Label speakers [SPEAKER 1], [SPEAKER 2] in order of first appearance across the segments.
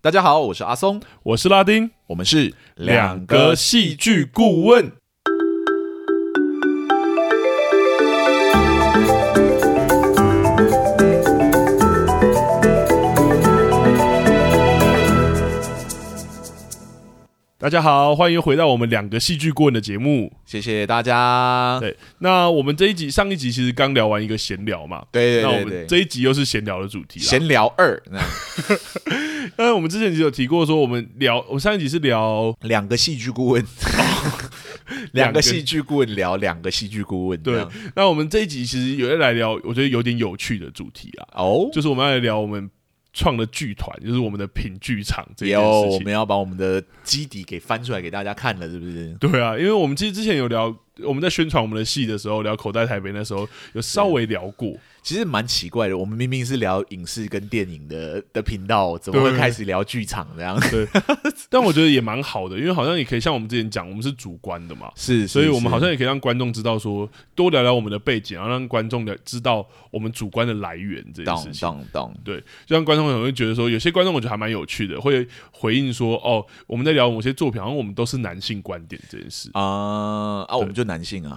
[SPEAKER 1] 大家好，我是阿松，
[SPEAKER 2] 我是拉丁，
[SPEAKER 1] 我们是
[SPEAKER 2] 两个戏剧顾问。大家好，欢迎回到我们两个戏剧顾问的节目。
[SPEAKER 1] 谢谢大家。
[SPEAKER 2] 对，那我们这一集上一集其实刚聊完一个闲聊嘛，
[SPEAKER 1] 对
[SPEAKER 2] 那我
[SPEAKER 1] 对
[SPEAKER 2] 们
[SPEAKER 1] 对
[SPEAKER 2] 这
[SPEAKER 1] 对，
[SPEAKER 2] 一集又是闲聊的主题啦。
[SPEAKER 1] 闲聊二，那
[SPEAKER 2] 那我们之前其实有提过说，我们聊，我们上一集是聊
[SPEAKER 1] 两个戏剧顾问，
[SPEAKER 2] 哦
[SPEAKER 1] 两个戏剧顾问聊两个戏剧顾问，
[SPEAKER 2] 对
[SPEAKER 1] 这样
[SPEAKER 2] 那我们这一集其实有要来聊，我觉得有点有趣的主题啊，
[SPEAKER 1] 哦，
[SPEAKER 2] 就是我们要来聊我们创的剧团，就是我们的品剧场这件
[SPEAKER 1] 有我
[SPEAKER 2] 事情。
[SPEAKER 1] 们要把我们的基底给翻出来给大家看了，是不是？
[SPEAKER 2] 对啊，因为我们其实之前有聊，我们在宣传我们的戏的时候，聊《口袋台北》那时候有稍微聊 过，
[SPEAKER 1] 其实蛮奇怪的，我们明明是聊影视跟电影的的频道，怎么会
[SPEAKER 2] 对
[SPEAKER 1] 开始聊剧场这样？
[SPEAKER 2] 但我觉得也蛮好的，因为好像也可以像我们之前讲，我们是主观的嘛，
[SPEAKER 1] 是，
[SPEAKER 2] 所以
[SPEAKER 1] 是
[SPEAKER 2] 我们好
[SPEAKER 1] 是
[SPEAKER 2] 像也可以让观众知道说，多聊聊我们的背景，然后让观众了知道我们主观的来源这件事
[SPEAKER 1] 懂
[SPEAKER 2] 情。
[SPEAKER 1] 懂懂，
[SPEAKER 2] 就像观众可能会觉得说，有些观众我觉得还蛮有趣的，会回应说：“哦，我们在聊某些作品，好像我们都是男性观点这件事。
[SPEAKER 1] 啊、啊，我们就男性啊，”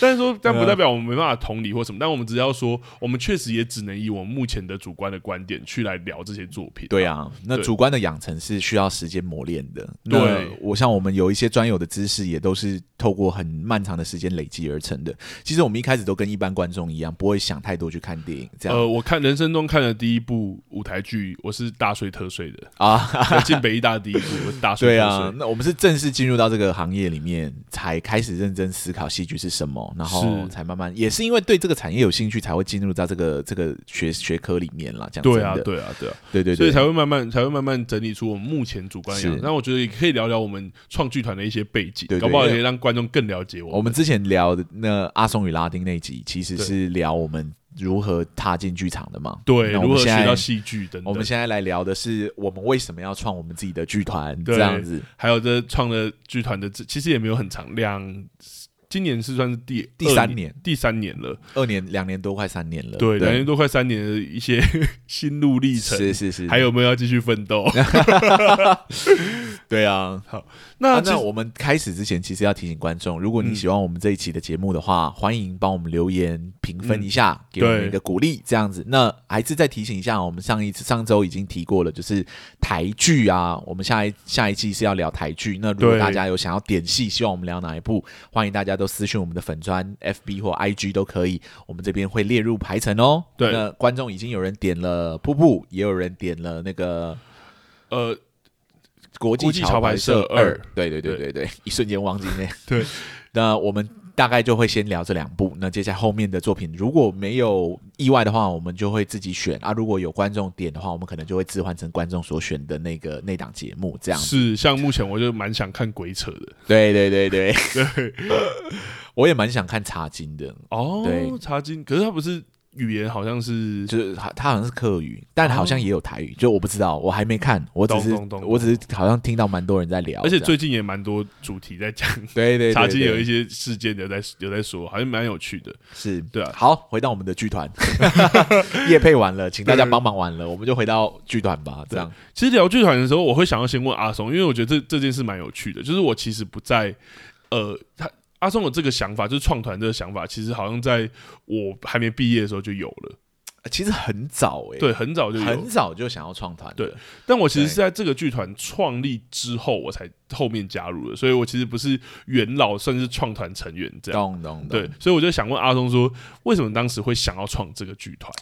[SPEAKER 2] 但是说，但不代表我们没办法同理或什么，但我们只要说，我们确实也只能以我们目前的主观的观点去来聊这些作品。
[SPEAKER 1] 对啊，那
[SPEAKER 2] 对
[SPEAKER 1] 主观的养成是需要时间磨练的。
[SPEAKER 2] 对
[SPEAKER 1] 那我像我们有一些专有的知识，也都是透过很漫长的时间累积而成的。其实我们一开始都跟一般观众一样，不会想太多去看电影这样、
[SPEAKER 2] 呃，我看人生中看的第一部舞台剧，我是大睡特睡 的，
[SPEAKER 1] 啊。
[SPEAKER 2] 我进北医大的第一部，我呃是大睡
[SPEAKER 1] 对
[SPEAKER 2] 特
[SPEAKER 1] 啊
[SPEAKER 2] 睡。，
[SPEAKER 1] 那我们是正式进入到这个行业里面，才开始认真思考戏剧是什么，然后
[SPEAKER 2] 是
[SPEAKER 1] 才慢慢也是因为对这个产业有兴趣，才会进入到这个这个学学科里面啦。这样
[SPEAKER 2] 对啊，
[SPEAKER 1] 真的
[SPEAKER 2] 对啊，对啊，
[SPEAKER 1] 对对
[SPEAKER 2] 所以
[SPEAKER 1] 对，
[SPEAKER 2] 才会慢慢才会慢慢整理出我们目前主观的样子
[SPEAKER 1] 是。
[SPEAKER 2] 那我觉得也可以聊聊我们创剧团的一些背景，
[SPEAKER 1] 对对
[SPEAKER 2] 搞不好也
[SPEAKER 1] 因为
[SPEAKER 2] 可以让观众更了解我们。
[SPEAKER 1] 我们之前聊的那阿松与拉丁那集，其实是聊我们如何踏进剧场的嘛。
[SPEAKER 2] 对，
[SPEAKER 1] 那我
[SPEAKER 2] 如
[SPEAKER 1] 们
[SPEAKER 2] 何
[SPEAKER 1] 现
[SPEAKER 2] 学
[SPEAKER 1] 在
[SPEAKER 2] 到戏剧等
[SPEAKER 1] 我
[SPEAKER 2] 等
[SPEAKER 1] 们，现在来聊的是我们为什么要创我们自己的剧团
[SPEAKER 2] 对
[SPEAKER 1] 这样子。
[SPEAKER 2] 还有这创的剧团的这，其实也没有很长，两今年是算是第
[SPEAKER 1] 第三
[SPEAKER 2] 二
[SPEAKER 1] 年，
[SPEAKER 2] 第三年了，
[SPEAKER 1] 二年、两年多，快三年了。
[SPEAKER 2] 对，两年多快三年的一些 心路历程，
[SPEAKER 1] 是是是，
[SPEAKER 2] 还有没有要继续奋斗？
[SPEAKER 1] 对啊。
[SPEAKER 2] 那
[SPEAKER 1] 啊
[SPEAKER 2] 其
[SPEAKER 1] 那
[SPEAKER 2] 实
[SPEAKER 1] 我们开始之前，其实要提醒观众，如果你
[SPEAKER 2] 嗯
[SPEAKER 1] 喜欢我们这一期的节目的话，欢迎帮我们留言评分一下，给我们
[SPEAKER 2] 对
[SPEAKER 1] 一个鼓励，这样子。那还是再提醒一下，我们上一次上周已经提过了，就是台剧啊，我们下一下一季是要聊台剧。那如果
[SPEAKER 2] 对
[SPEAKER 1] 大家有想要点戏，希望我们聊哪一部，欢迎大家都私讯我们的粉砖、FB 或 IG 都可以，我们这边会列入排程哦。
[SPEAKER 2] 对
[SPEAKER 1] 那观众已经有人点了瀑布，也有人点了那个
[SPEAKER 2] 呃，
[SPEAKER 1] 国际
[SPEAKER 2] 国际
[SPEAKER 1] 桥
[SPEAKER 2] 桥
[SPEAKER 1] 牌
[SPEAKER 2] 牌
[SPEAKER 1] 社
[SPEAKER 2] 社
[SPEAKER 1] 二
[SPEAKER 2] 二，
[SPEAKER 1] 对对对对对， 一瞬间忘记那
[SPEAKER 2] 对。
[SPEAKER 1] 那我们大概就会先聊这两部，那接下来后面的作品如果没有意外的话，我们就会自己选啊。如果有观众点的话，我们可能就会置换成观众所选的那个那档节目 这样。
[SPEAKER 2] 是像目前我就蛮想看鬼扯的
[SPEAKER 1] 对对对 对 我也蛮想看茶金的，对
[SPEAKER 2] 哦，茶经，可是他不是语言好像是
[SPEAKER 1] 就是他他好像是客语，但好像也有台语，就我不知道，我还没看，我只是
[SPEAKER 2] 懂懂懂
[SPEAKER 1] 我只是好像听到蛮多人在聊
[SPEAKER 2] 而
[SPEAKER 1] 哦这样，
[SPEAKER 2] 且最近也蛮多主题在讲
[SPEAKER 1] 对对对
[SPEAKER 2] 茶经
[SPEAKER 1] 对
[SPEAKER 2] 有一些事件有在有在说，好像蛮有趣的。
[SPEAKER 1] 是
[SPEAKER 2] 对啊
[SPEAKER 1] 好，回到我们的剧团， 夜配完了，请大家帮忙完了，我们就回到剧团吧。这样
[SPEAKER 2] 其实聊剧团的时候，我会想要先问阿松，因为我觉得这这件事蛮有趣的，就是我其实不在，呃，他阿松有这个想法，就是创团这个想法，其实好像在我还没毕业的时候就有了，
[SPEAKER 1] 其实很早哎、
[SPEAKER 2] 对，很早就有
[SPEAKER 1] 很。早就想要创团了，
[SPEAKER 2] 对但我其实是在这个剧团创立之后，我才后面加入的，所以我其实不是元老，算是创团成员这样。
[SPEAKER 1] 懂哦懂懂。
[SPEAKER 2] 对，，所以我就想问阿松说，为什么当时会想要创这个剧团？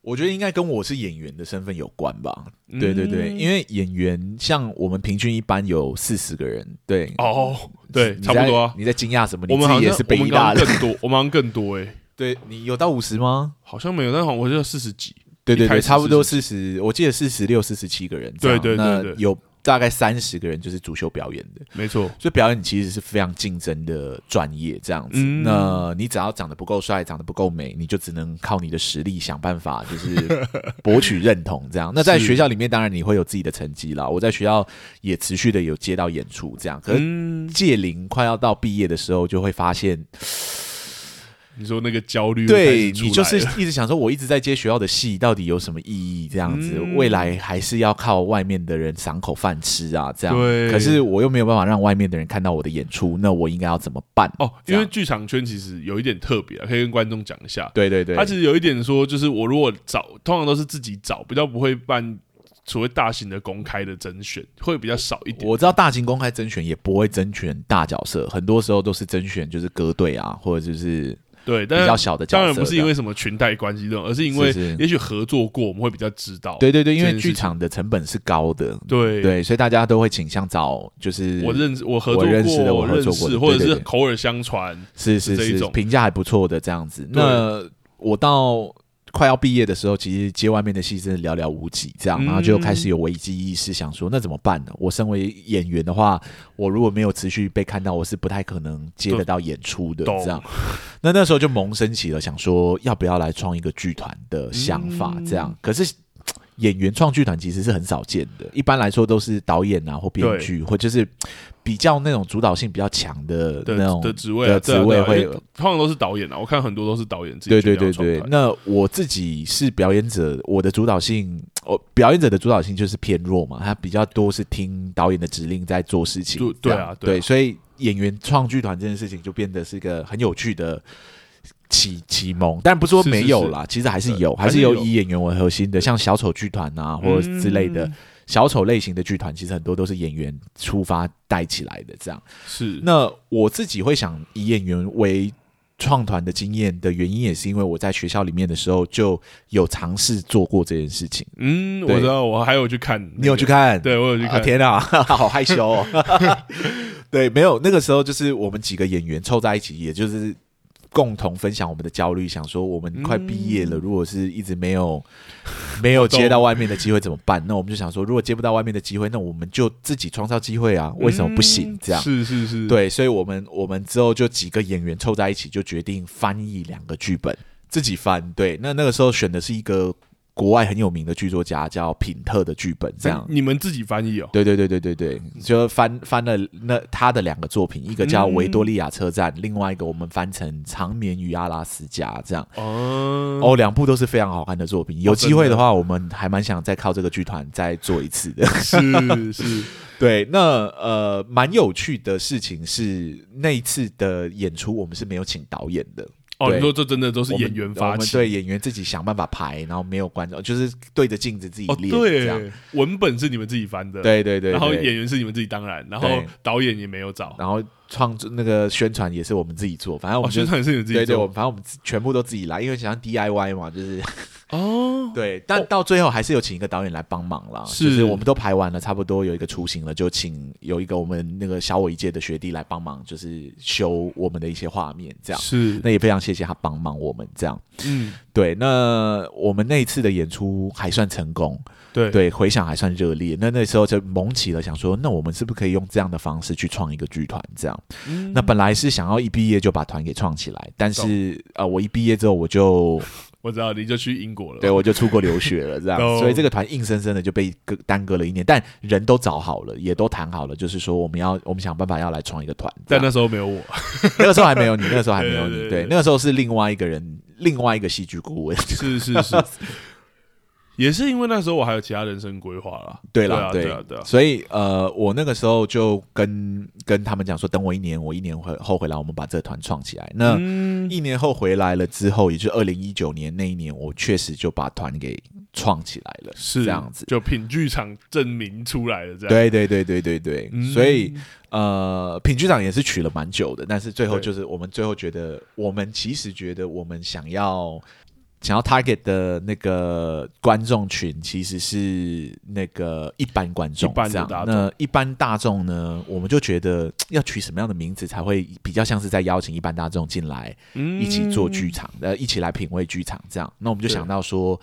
[SPEAKER 1] 我觉得应该跟我是演员的身份有关吧。对对对，
[SPEAKER 2] 嗯
[SPEAKER 1] 因为演员像我们平均一班有四十个人，对，
[SPEAKER 2] 哦，对，
[SPEAKER 1] 你
[SPEAKER 2] 差
[SPEAKER 1] 在
[SPEAKER 2] 不多啊。
[SPEAKER 1] 你在惊讶什么？你
[SPEAKER 2] 我们
[SPEAKER 1] 自
[SPEAKER 2] 好
[SPEAKER 1] 己也
[SPEAKER 2] 像
[SPEAKER 1] 是
[SPEAKER 2] 我
[SPEAKER 1] 北
[SPEAKER 2] 们
[SPEAKER 1] 医
[SPEAKER 2] 刚
[SPEAKER 1] 大的，
[SPEAKER 2] 刚更多，我们好像更多哎、
[SPEAKER 1] 对你有到五十吗？
[SPEAKER 2] 好像没有，但好像我记得四十几。
[SPEAKER 1] 对对
[SPEAKER 2] 一开
[SPEAKER 1] 对，
[SPEAKER 2] 始
[SPEAKER 1] 差不多四十，我记得四十六、四十七个人这样。
[SPEAKER 2] 对对对
[SPEAKER 1] 那
[SPEAKER 2] 对
[SPEAKER 1] 有大概三十个人就是主修表演的。
[SPEAKER 2] 没错，
[SPEAKER 1] 所以表演其实是非常竞争的专业，这样子。
[SPEAKER 2] 嗯
[SPEAKER 1] 那你只要长得不够帅，长得不够美，你就只能靠你的实力想办法，就是 博取认同。这样。那在
[SPEAKER 2] 是
[SPEAKER 1] 学校里面，当然你会有自己的成绩啦。我在学校也持续的有接到演出，这样。可是
[SPEAKER 2] 嗯，
[SPEAKER 1] 届龄快要到毕业的时候，就会发现
[SPEAKER 2] 你说那个焦虑开
[SPEAKER 1] 对
[SPEAKER 2] 始出
[SPEAKER 1] 你就是
[SPEAKER 2] 来了
[SPEAKER 1] 一直想说，我一直在接学校的戏，到底有什么意义？这样子，
[SPEAKER 2] 嗯
[SPEAKER 1] 未来还是要靠外面的人赏口饭吃啊，这样。
[SPEAKER 2] 对
[SPEAKER 1] 可是我又没有办法让外面的人看到我的演出，那我应该要怎么办？
[SPEAKER 2] 哦，
[SPEAKER 1] 这
[SPEAKER 2] 因
[SPEAKER 1] 样
[SPEAKER 2] 为剧场圈其实有一点特别啊，可以跟观众讲一下。
[SPEAKER 1] 对对对，
[SPEAKER 2] 他其实有一点说，就是我如果找，通常都是自己找，比较不会办所谓大型的公开的甄选，会比较少一点。
[SPEAKER 1] 我知道大型公开甄选也不会甄选大角色，很多时候都是甄选就是歌队啊，或者就是
[SPEAKER 2] 对，
[SPEAKER 1] 比
[SPEAKER 2] 但
[SPEAKER 1] 较
[SPEAKER 2] 是
[SPEAKER 1] 小的角色。
[SPEAKER 2] 当然不是因为什么裙带关系这种，而是因为
[SPEAKER 1] 是是
[SPEAKER 2] 也许合作过，我们会比较知道。
[SPEAKER 1] 对对对，因
[SPEAKER 2] 这
[SPEAKER 1] 为
[SPEAKER 2] 件事
[SPEAKER 1] 剧
[SPEAKER 2] 情
[SPEAKER 1] 场的成本是高的，
[SPEAKER 2] 对
[SPEAKER 1] 对，所以大家都会倾向找就是
[SPEAKER 2] 我认识我合作
[SPEAKER 1] 我
[SPEAKER 2] 过，
[SPEAKER 1] 认识的我合
[SPEAKER 2] 认
[SPEAKER 1] 作过的
[SPEAKER 2] 识，或者
[SPEAKER 1] 对对
[SPEAKER 2] 是
[SPEAKER 1] 对
[SPEAKER 2] 口耳相传。
[SPEAKER 1] 是是
[SPEAKER 2] 是这一
[SPEAKER 1] 是
[SPEAKER 2] 种
[SPEAKER 1] 评价还不错的这样子。那我到快要毕业的时候，其实接外面的戏真的寥寥无几，这样，
[SPEAKER 2] 嗯
[SPEAKER 1] 然后就开始有危机意识，想说那怎么办呢？我身为演员的话，我如果没有持续被看到，我是不太可能接得到演出的
[SPEAKER 2] 懂
[SPEAKER 1] 这样。那那时候就萌生起了想说要不要来创一个剧团的想法，
[SPEAKER 2] 嗯
[SPEAKER 1] 这样。可是。嘖演员创剧团其实是很少见的，一般来说都是导演啊或编
[SPEAKER 2] 对
[SPEAKER 1] 剧，或就是嘖比较那种主导性比较强的
[SPEAKER 2] 的
[SPEAKER 1] 那种
[SPEAKER 2] 的职位
[SPEAKER 1] 的
[SPEAKER 2] 啊，对啊
[SPEAKER 1] 职位
[SPEAKER 2] 对啊
[SPEAKER 1] 会
[SPEAKER 2] 因为通常都是导演啊，我看很多都是导演自己
[SPEAKER 1] 对
[SPEAKER 2] 决
[SPEAKER 1] 对
[SPEAKER 2] 定
[SPEAKER 1] 对
[SPEAKER 2] 要创
[SPEAKER 1] 对
[SPEAKER 2] 团，
[SPEAKER 1] 那我自己是表演者，我的主导性，我表演者的主导性就是偏弱嘛，他比较多是听导演的指令在做事情这
[SPEAKER 2] 对。
[SPEAKER 1] 样
[SPEAKER 2] 对啊对啊
[SPEAKER 1] 对，所以演员创剧团这件事情就变得是一个很有趣的启启蒙，但不是说
[SPEAKER 2] 是是
[SPEAKER 1] 没有啦，其实还是有，
[SPEAKER 2] 对
[SPEAKER 1] 还是
[SPEAKER 2] 还
[SPEAKER 1] 有
[SPEAKER 2] 是有
[SPEAKER 1] 以演员为核心的，像小丑剧团啊或者之类的、
[SPEAKER 2] 嗯
[SPEAKER 1] 小丑类型的剧团，其实很多都是演员出发带起来的这样。
[SPEAKER 2] 是
[SPEAKER 1] 那我自己会想以演员为创团的经验的原因，也是因为我在学校里面的时候就有尝试做过这件事情。
[SPEAKER 2] 嗯，
[SPEAKER 1] 对
[SPEAKER 2] 我知道，我还有去看那个，
[SPEAKER 1] 你有去看？
[SPEAKER 2] 对我有去
[SPEAKER 1] 啊
[SPEAKER 2] 看，
[SPEAKER 1] 天啊， 好害羞、哦。 对，没有，那个时候就是我们几个演员凑在一起，也就是共同分享我们的焦虑，想说我们快毕业
[SPEAKER 2] 嗯
[SPEAKER 1] 了，如果是一直没有 没有接到外面的机会怎么办？那我们就想说，如果接不到外面的机会，那我们就自己创造机会啊，为什么不行？
[SPEAKER 2] 嗯
[SPEAKER 1] 这样
[SPEAKER 2] 是是是，，
[SPEAKER 1] 对，所以我们我们之后就几个演员凑在一起，就决定翻译两个剧本，自己翻。对，那那个时候选的是一个国外很有名的剧作家叫品特的剧本，这样。
[SPEAKER 2] 你们自己翻译哦，
[SPEAKER 1] 对对对对对对，就翻翻了那他的两个作品，一个叫《维多利亚车站》，另外一个我们翻成《长眠于阿拉斯加》这样。
[SPEAKER 2] 哦，
[SPEAKER 1] 哦，两部都是非常好看的作品。有
[SPEAKER 2] 哦真
[SPEAKER 1] 机会的
[SPEAKER 2] 的
[SPEAKER 1] 话，我们还蛮想再靠这个剧团再做一次的。
[SPEAKER 2] 是是，
[SPEAKER 1] 对，那呃，蛮有趣的事情是，那一次的演出我们是没有请导演的，
[SPEAKER 2] 哦，
[SPEAKER 1] 对
[SPEAKER 2] 你说这真的都是
[SPEAKER 1] 我们呃
[SPEAKER 2] 演员
[SPEAKER 1] 我
[SPEAKER 2] 发
[SPEAKER 1] 们
[SPEAKER 2] 起，
[SPEAKER 1] 对演员自己想办法排，然后没有观众，就是对着镜子自己
[SPEAKER 2] 哦，
[SPEAKER 1] 练，这样，
[SPEAKER 2] 对，文本是你们自己翻的，，
[SPEAKER 1] 对对对，
[SPEAKER 2] 然后
[SPEAKER 1] 对
[SPEAKER 2] 演员是你们自己当然，然后
[SPEAKER 1] 对
[SPEAKER 2] 导演也没有找，
[SPEAKER 1] 然后创作那个宣传也是我们自己做，反正我
[SPEAKER 2] 哦，
[SPEAKER 1] 们就、
[SPEAKER 2] 宣传也是你们自己
[SPEAKER 1] 对对，我
[SPEAKER 2] 做，
[SPEAKER 1] 们反正我们自全部都自己来，因为想要 DIY 嘛，就是
[SPEAKER 2] 哦，
[SPEAKER 1] 对，但到最后还是有请一个导演来帮忙啦，
[SPEAKER 2] 是
[SPEAKER 1] 就是我们都排完了，差不多有一个雏形了，就请有一个我们那个小我一届的学弟来帮忙，就是修我们的一些画面，这样。
[SPEAKER 2] 是，
[SPEAKER 1] 那也非常谢谢他帮忙我们这样。
[SPEAKER 2] 嗯，
[SPEAKER 1] 对，那我们那一次的演出还算成功，
[SPEAKER 2] 对
[SPEAKER 1] 对，回想还算热烈。那那时候就萌起了想说，那我们是不是可以用这样的方式去创一个剧团？这样，
[SPEAKER 2] 嗯
[SPEAKER 1] 那本来是想要一毕业就把团给创起来，但是呃，我一毕业之后我就
[SPEAKER 2] 我知道，你就去英国了，
[SPEAKER 1] 对，我就出国留学了，这 样，
[SPEAKER 2] 懂
[SPEAKER 1] 所以这个团硬生生的就被搁耽搁了一年，但人都找好了，也都谈好了，就是说我们要我们想办法要来创一个团。这
[SPEAKER 2] 但那
[SPEAKER 1] 样
[SPEAKER 2] 时候没有我，
[SPEAKER 1] 那个时候还没有你，那个时候还没有
[SPEAKER 2] 对对
[SPEAKER 1] 你，
[SPEAKER 2] 对
[SPEAKER 1] 对，
[SPEAKER 2] 对
[SPEAKER 1] 那个时候是另外一个人，另外一个戏剧顾问。
[SPEAKER 2] 是是是，也是因为那时候我还有其他人生规划啦，
[SPEAKER 1] 对啦，
[SPEAKER 2] 啦，对啊对啊，
[SPEAKER 1] 所以呃，我那个时候就跟跟他们讲说，等我一年，我一年会后回来，我们把这个团创起来。那、
[SPEAKER 2] 嗯，
[SPEAKER 1] 一年后回来了之后，也就是二零一九年那一年，我确实就把团给创起来了，
[SPEAKER 2] 是
[SPEAKER 1] 这样子。
[SPEAKER 2] 就品剧场证明出来了，这样，
[SPEAKER 1] 对对对对对对，
[SPEAKER 2] 嗯
[SPEAKER 1] 所以呃，品局长也是取了蛮久的，但是最后
[SPEAKER 2] 对
[SPEAKER 1] 就是我们最后觉得，我们其实觉得我们想要想要 target 的那个观众群其实是那个一般观众，
[SPEAKER 2] 一般的
[SPEAKER 1] 这样
[SPEAKER 2] 大众
[SPEAKER 1] 那一般大众呢，我们就觉得嘖要取什么样的名字才会比较像是在邀请一般大众进来
[SPEAKER 2] 嗯
[SPEAKER 1] 一起做剧场，呃，一起来品味剧场这样。那我们就
[SPEAKER 2] 对
[SPEAKER 1] 想到说，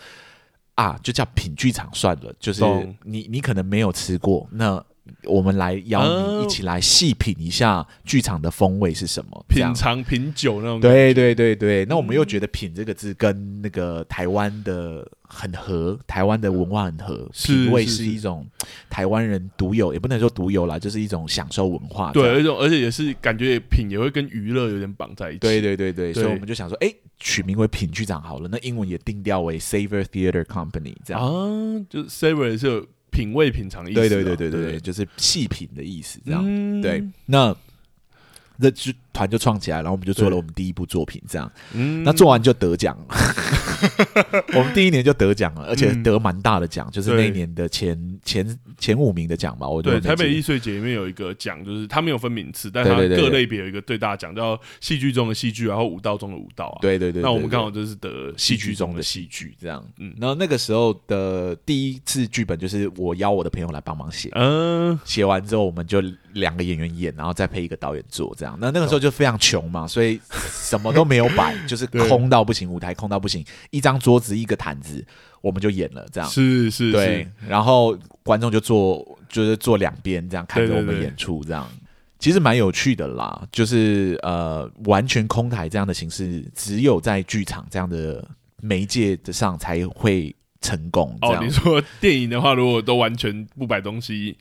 [SPEAKER 1] 啊，就叫品剧场算了，就是
[SPEAKER 2] 懂
[SPEAKER 1] 你你可能没有吃过，那我们来邀
[SPEAKER 2] 哦
[SPEAKER 1] 你一起来细品一下剧场的风味是什么，这样
[SPEAKER 2] 嗯品嗯尝品酒那种感觉，
[SPEAKER 1] 对对对对，那我们又觉得“品”这个字跟那个台湾的很合，台湾的文化很合，
[SPEAKER 2] 是
[SPEAKER 1] 品味
[SPEAKER 2] 是
[SPEAKER 1] 是
[SPEAKER 2] 是
[SPEAKER 1] 一种台湾人独有，也不能说独有啦，就是一种享受文化这
[SPEAKER 2] 对，
[SPEAKER 1] 样。
[SPEAKER 2] 而且而且也是感觉品也会跟娱乐有点绑在一起，
[SPEAKER 1] 对对对对，所以
[SPEAKER 2] 对
[SPEAKER 1] 我们就想说，哎，取名为品剧场好了，那英文也定调为 Savor Theater Company 这样。
[SPEAKER 2] 啊，就 savor 也是有品味品尝意思
[SPEAKER 1] 对
[SPEAKER 2] 啊，
[SPEAKER 1] 对对对对
[SPEAKER 2] 对
[SPEAKER 1] 对，，就是细品的意思这样。
[SPEAKER 2] 嗯
[SPEAKER 1] 对，，那这支团就创起来，然后我们就做了
[SPEAKER 2] 对
[SPEAKER 1] 我们第一部作品这样。
[SPEAKER 2] 嗯
[SPEAKER 1] 那做完就得 奖，我们第一年就得奖了，而
[SPEAKER 2] 嗯
[SPEAKER 1] 且得蛮大的奖，就是那一年的前前前五名的奖吧。我觉
[SPEAKER 2] 对
[SPEAKER 1] 得
[SPEAKER 2] 台北艺术节里面有一个奖，就是它没有分名次，但它
[SPEAKER 1] 对对对
[SPEAKER 2] 各
[SPEAKER 1] 对
[SPEAKER 2] 类别有一个最大奖，叫戏剧中的戏剧，然后舞蹈中的舞蹈啊。
[SPEAKER 1] 对对对，
[SPEAKER 2] 那我们
[SPEAKER 1] 对
[SPEAKER 2] 刚好就是得
[SPEAKER 1] 戏
[SPEAKER 2] 戏
[SPEAKER 1] 剧
[SPEAKER 2] 剧
[SPEAKER 1] 中
[SPEAKER 2] 中
[SPEAKER 1] 的
[SPEAKER 2] 的
[SPEAKER 1] 戏
[SPEAKER 2] 戏
[SPEAKER 1] 剧这样。嗯
[SPEAKER 2] 嗯，
[SPEAKER 1] 然后那个时候的第一次剧本就是我邀我的朋友来帮忙写。
[SPEAKER 2] 嗯、
[SPEAKER 1] 写完之后，我们就两个演员演，然后再配一个导演做这样。那那个时候就非常穷
[SPEAKER 2] 嗯
[SPEAKER 1] 嘛，所以什么都没有 摆，就是
[SPEAKER 2] 对
[SPEAKER 1] 空到不行，舞台空到不行，一张桌子一个毯子，我们就演了这样。
[SPEAKER 2] 是是
[SPEAKER 1] 对
[SPEAKER 2] 是，，
[SPEAKER 1] 然后观众就坐就是坐两边这样看着
[SPEAKER 2] 对对
[SPEAKER 1] 我们
[SPEAKER 2] 对
[SPEAKER 1] 演出这样。
[SPEAKER 2] 嗯
[SPEAKER 1] 其实蛮有趣的啦，就是呃，完全空台这样的形式，只有在剧场这样的媒介之上才会成功。这
[SPEAKER 2] 哦，
[SPEAKER 1] 样，
[SPEAKER 2] 你说电影的话，如果都完全不摆东西，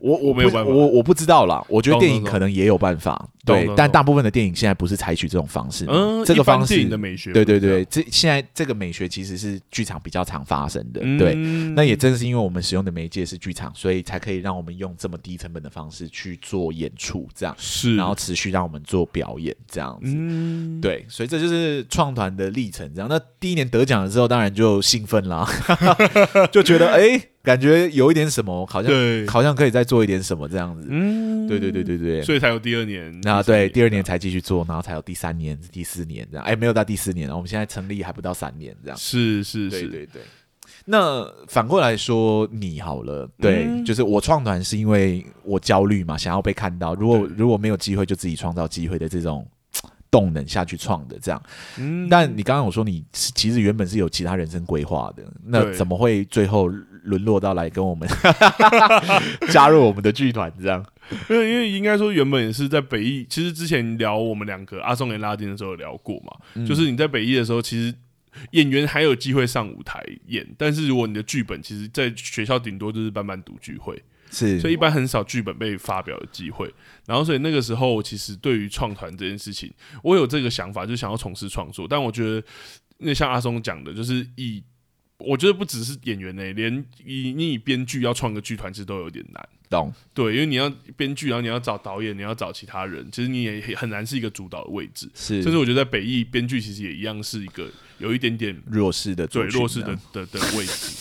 [SPEAKER 1] 我我
[SPEAKER 2] 我没有办法
[SPEAKER 1] 我我不知道啦。我觉得
[SPEAKER 2] 懂
[SPEAKER 1] 电影
[SPEAKER 2] 懂
[SPEAKER 1] 可能也有办法，
[SPEAKER 2] 懂
[SPEAKER 1] 对
[SPEAKER 2] 懂，
[SPEAKER 1] 但
[SPEAKER 2] 懂
[SPEAKER 1] 大部分的电影现在不是采取这种方式嘛，
[SPEAKER 2] 嗯、
[SPEAKER 1] 这个
[SPEAKER 2] 一般
[SPEAKER 1] 方
[SPEAKER 2] 电影
[SPEAKER 1] 式
[SPEAKER 2] 的，美学，
[SPEAKER 1] 对对对，，这现在这个美学其实是剧场比较常发生的，对。
[SPEAKER 2] 嗯
[SPEAKER 1] 那也正是因为我们使用的媒介是剧场，所以才可以让我们用这么低成本的方式去做演出，这样，
[SPEAKER 2] 是，
[SPEAKER 1] 然后持续让我们做表演，这样子。
[SPEAKER 2] 嗯，
[SPEAKER 1] 对，所以这就是创团的历程。这样，那第一年得奖了之后，当然就兴奋啦， 就觉得哎、诶感觉有一点什么，好像
[SPEAKER 2] 对，
[SPEAKER 1] 好像可以再做一点什么这样子。
[SPEAKER 2] 嗯
[SPEAKER 1] 对对对，对对。
[SPEAKER 2] 所以才有第二年，
[SPEAKER 1] 那对，第二年
[SPEAKER 2] 才
[SPEAKER 1] 才继续做，然后才有第三年、第四年这样。哎、没有到第四年了，我们现在成立还不到三年这样。
[SPEAKER 2] 是是
[SPEAKER 1] 对
[SPEAKER 2] 是，
[SPEAKER 1] 对对。那反过来说，你好了，对，
[SPEAKER 2] 嗯
[SPEAKER 1] 就是我创团是因为我焦虑嘛，想要被看到。如果
[SPEAKER 2] 对
[SPEAKER 1] 如果没有机会，就自己创造机会的这种嘖动能下去创的这样。
[SPEAKER 2] 嗯
[SPEAKER 1] 但你刚刚有说你是其实原本是有其他人生规划的，那
[SPEAKER 2] 对
[SPEAKER 1] 怎么会最后沦落到来跟我 们 加入我们的剧团这样？
[SPEAKER 2] 因为因为应该说原本也是在北艺，其实之前聊我们两个阿松跟拉丁的时候有聊过嘛，
[SPEAKER 1] 嗯
[SPEAKER 2] 就是你在北艺的时候，其实演员还有机会上舞台演，但是如果你的剧本其实，在学校顶多就是班班读聚会，
[SPEAKER 1] 是，
[SPEAKER 2] 所以一般很少剧本被发表的机会。然后所以那个时候，其实对于创团这件事情，我有这个想法，就想要从事创作，但我觉得那像阿松讲的，就是以。我觉得不只是演员呢、欸连以你以编剧要创个剧团，其实都有点难。
[SPEAKER 1] 懂
[SPEAKER 2] 对，因为你要编剧，然后你要找导演，你要找其他人，其实你也很难是一个主导的位置。
[SPEAKER 1] 是
[SPEAKER 2] 甚至我觉得在北艺编剧其实也一样是一个有一点点
[SPEAKER 1] 弱势的
[SPEAKER 2] 最
[SPEAKER 1] 族群啊
[SPEAKER 2] 弱势
[SPEAKER 1] 这
[SPEAKER 2] 的
[SPEAKER 1] 样
[SPEAKER 2] 的的位置，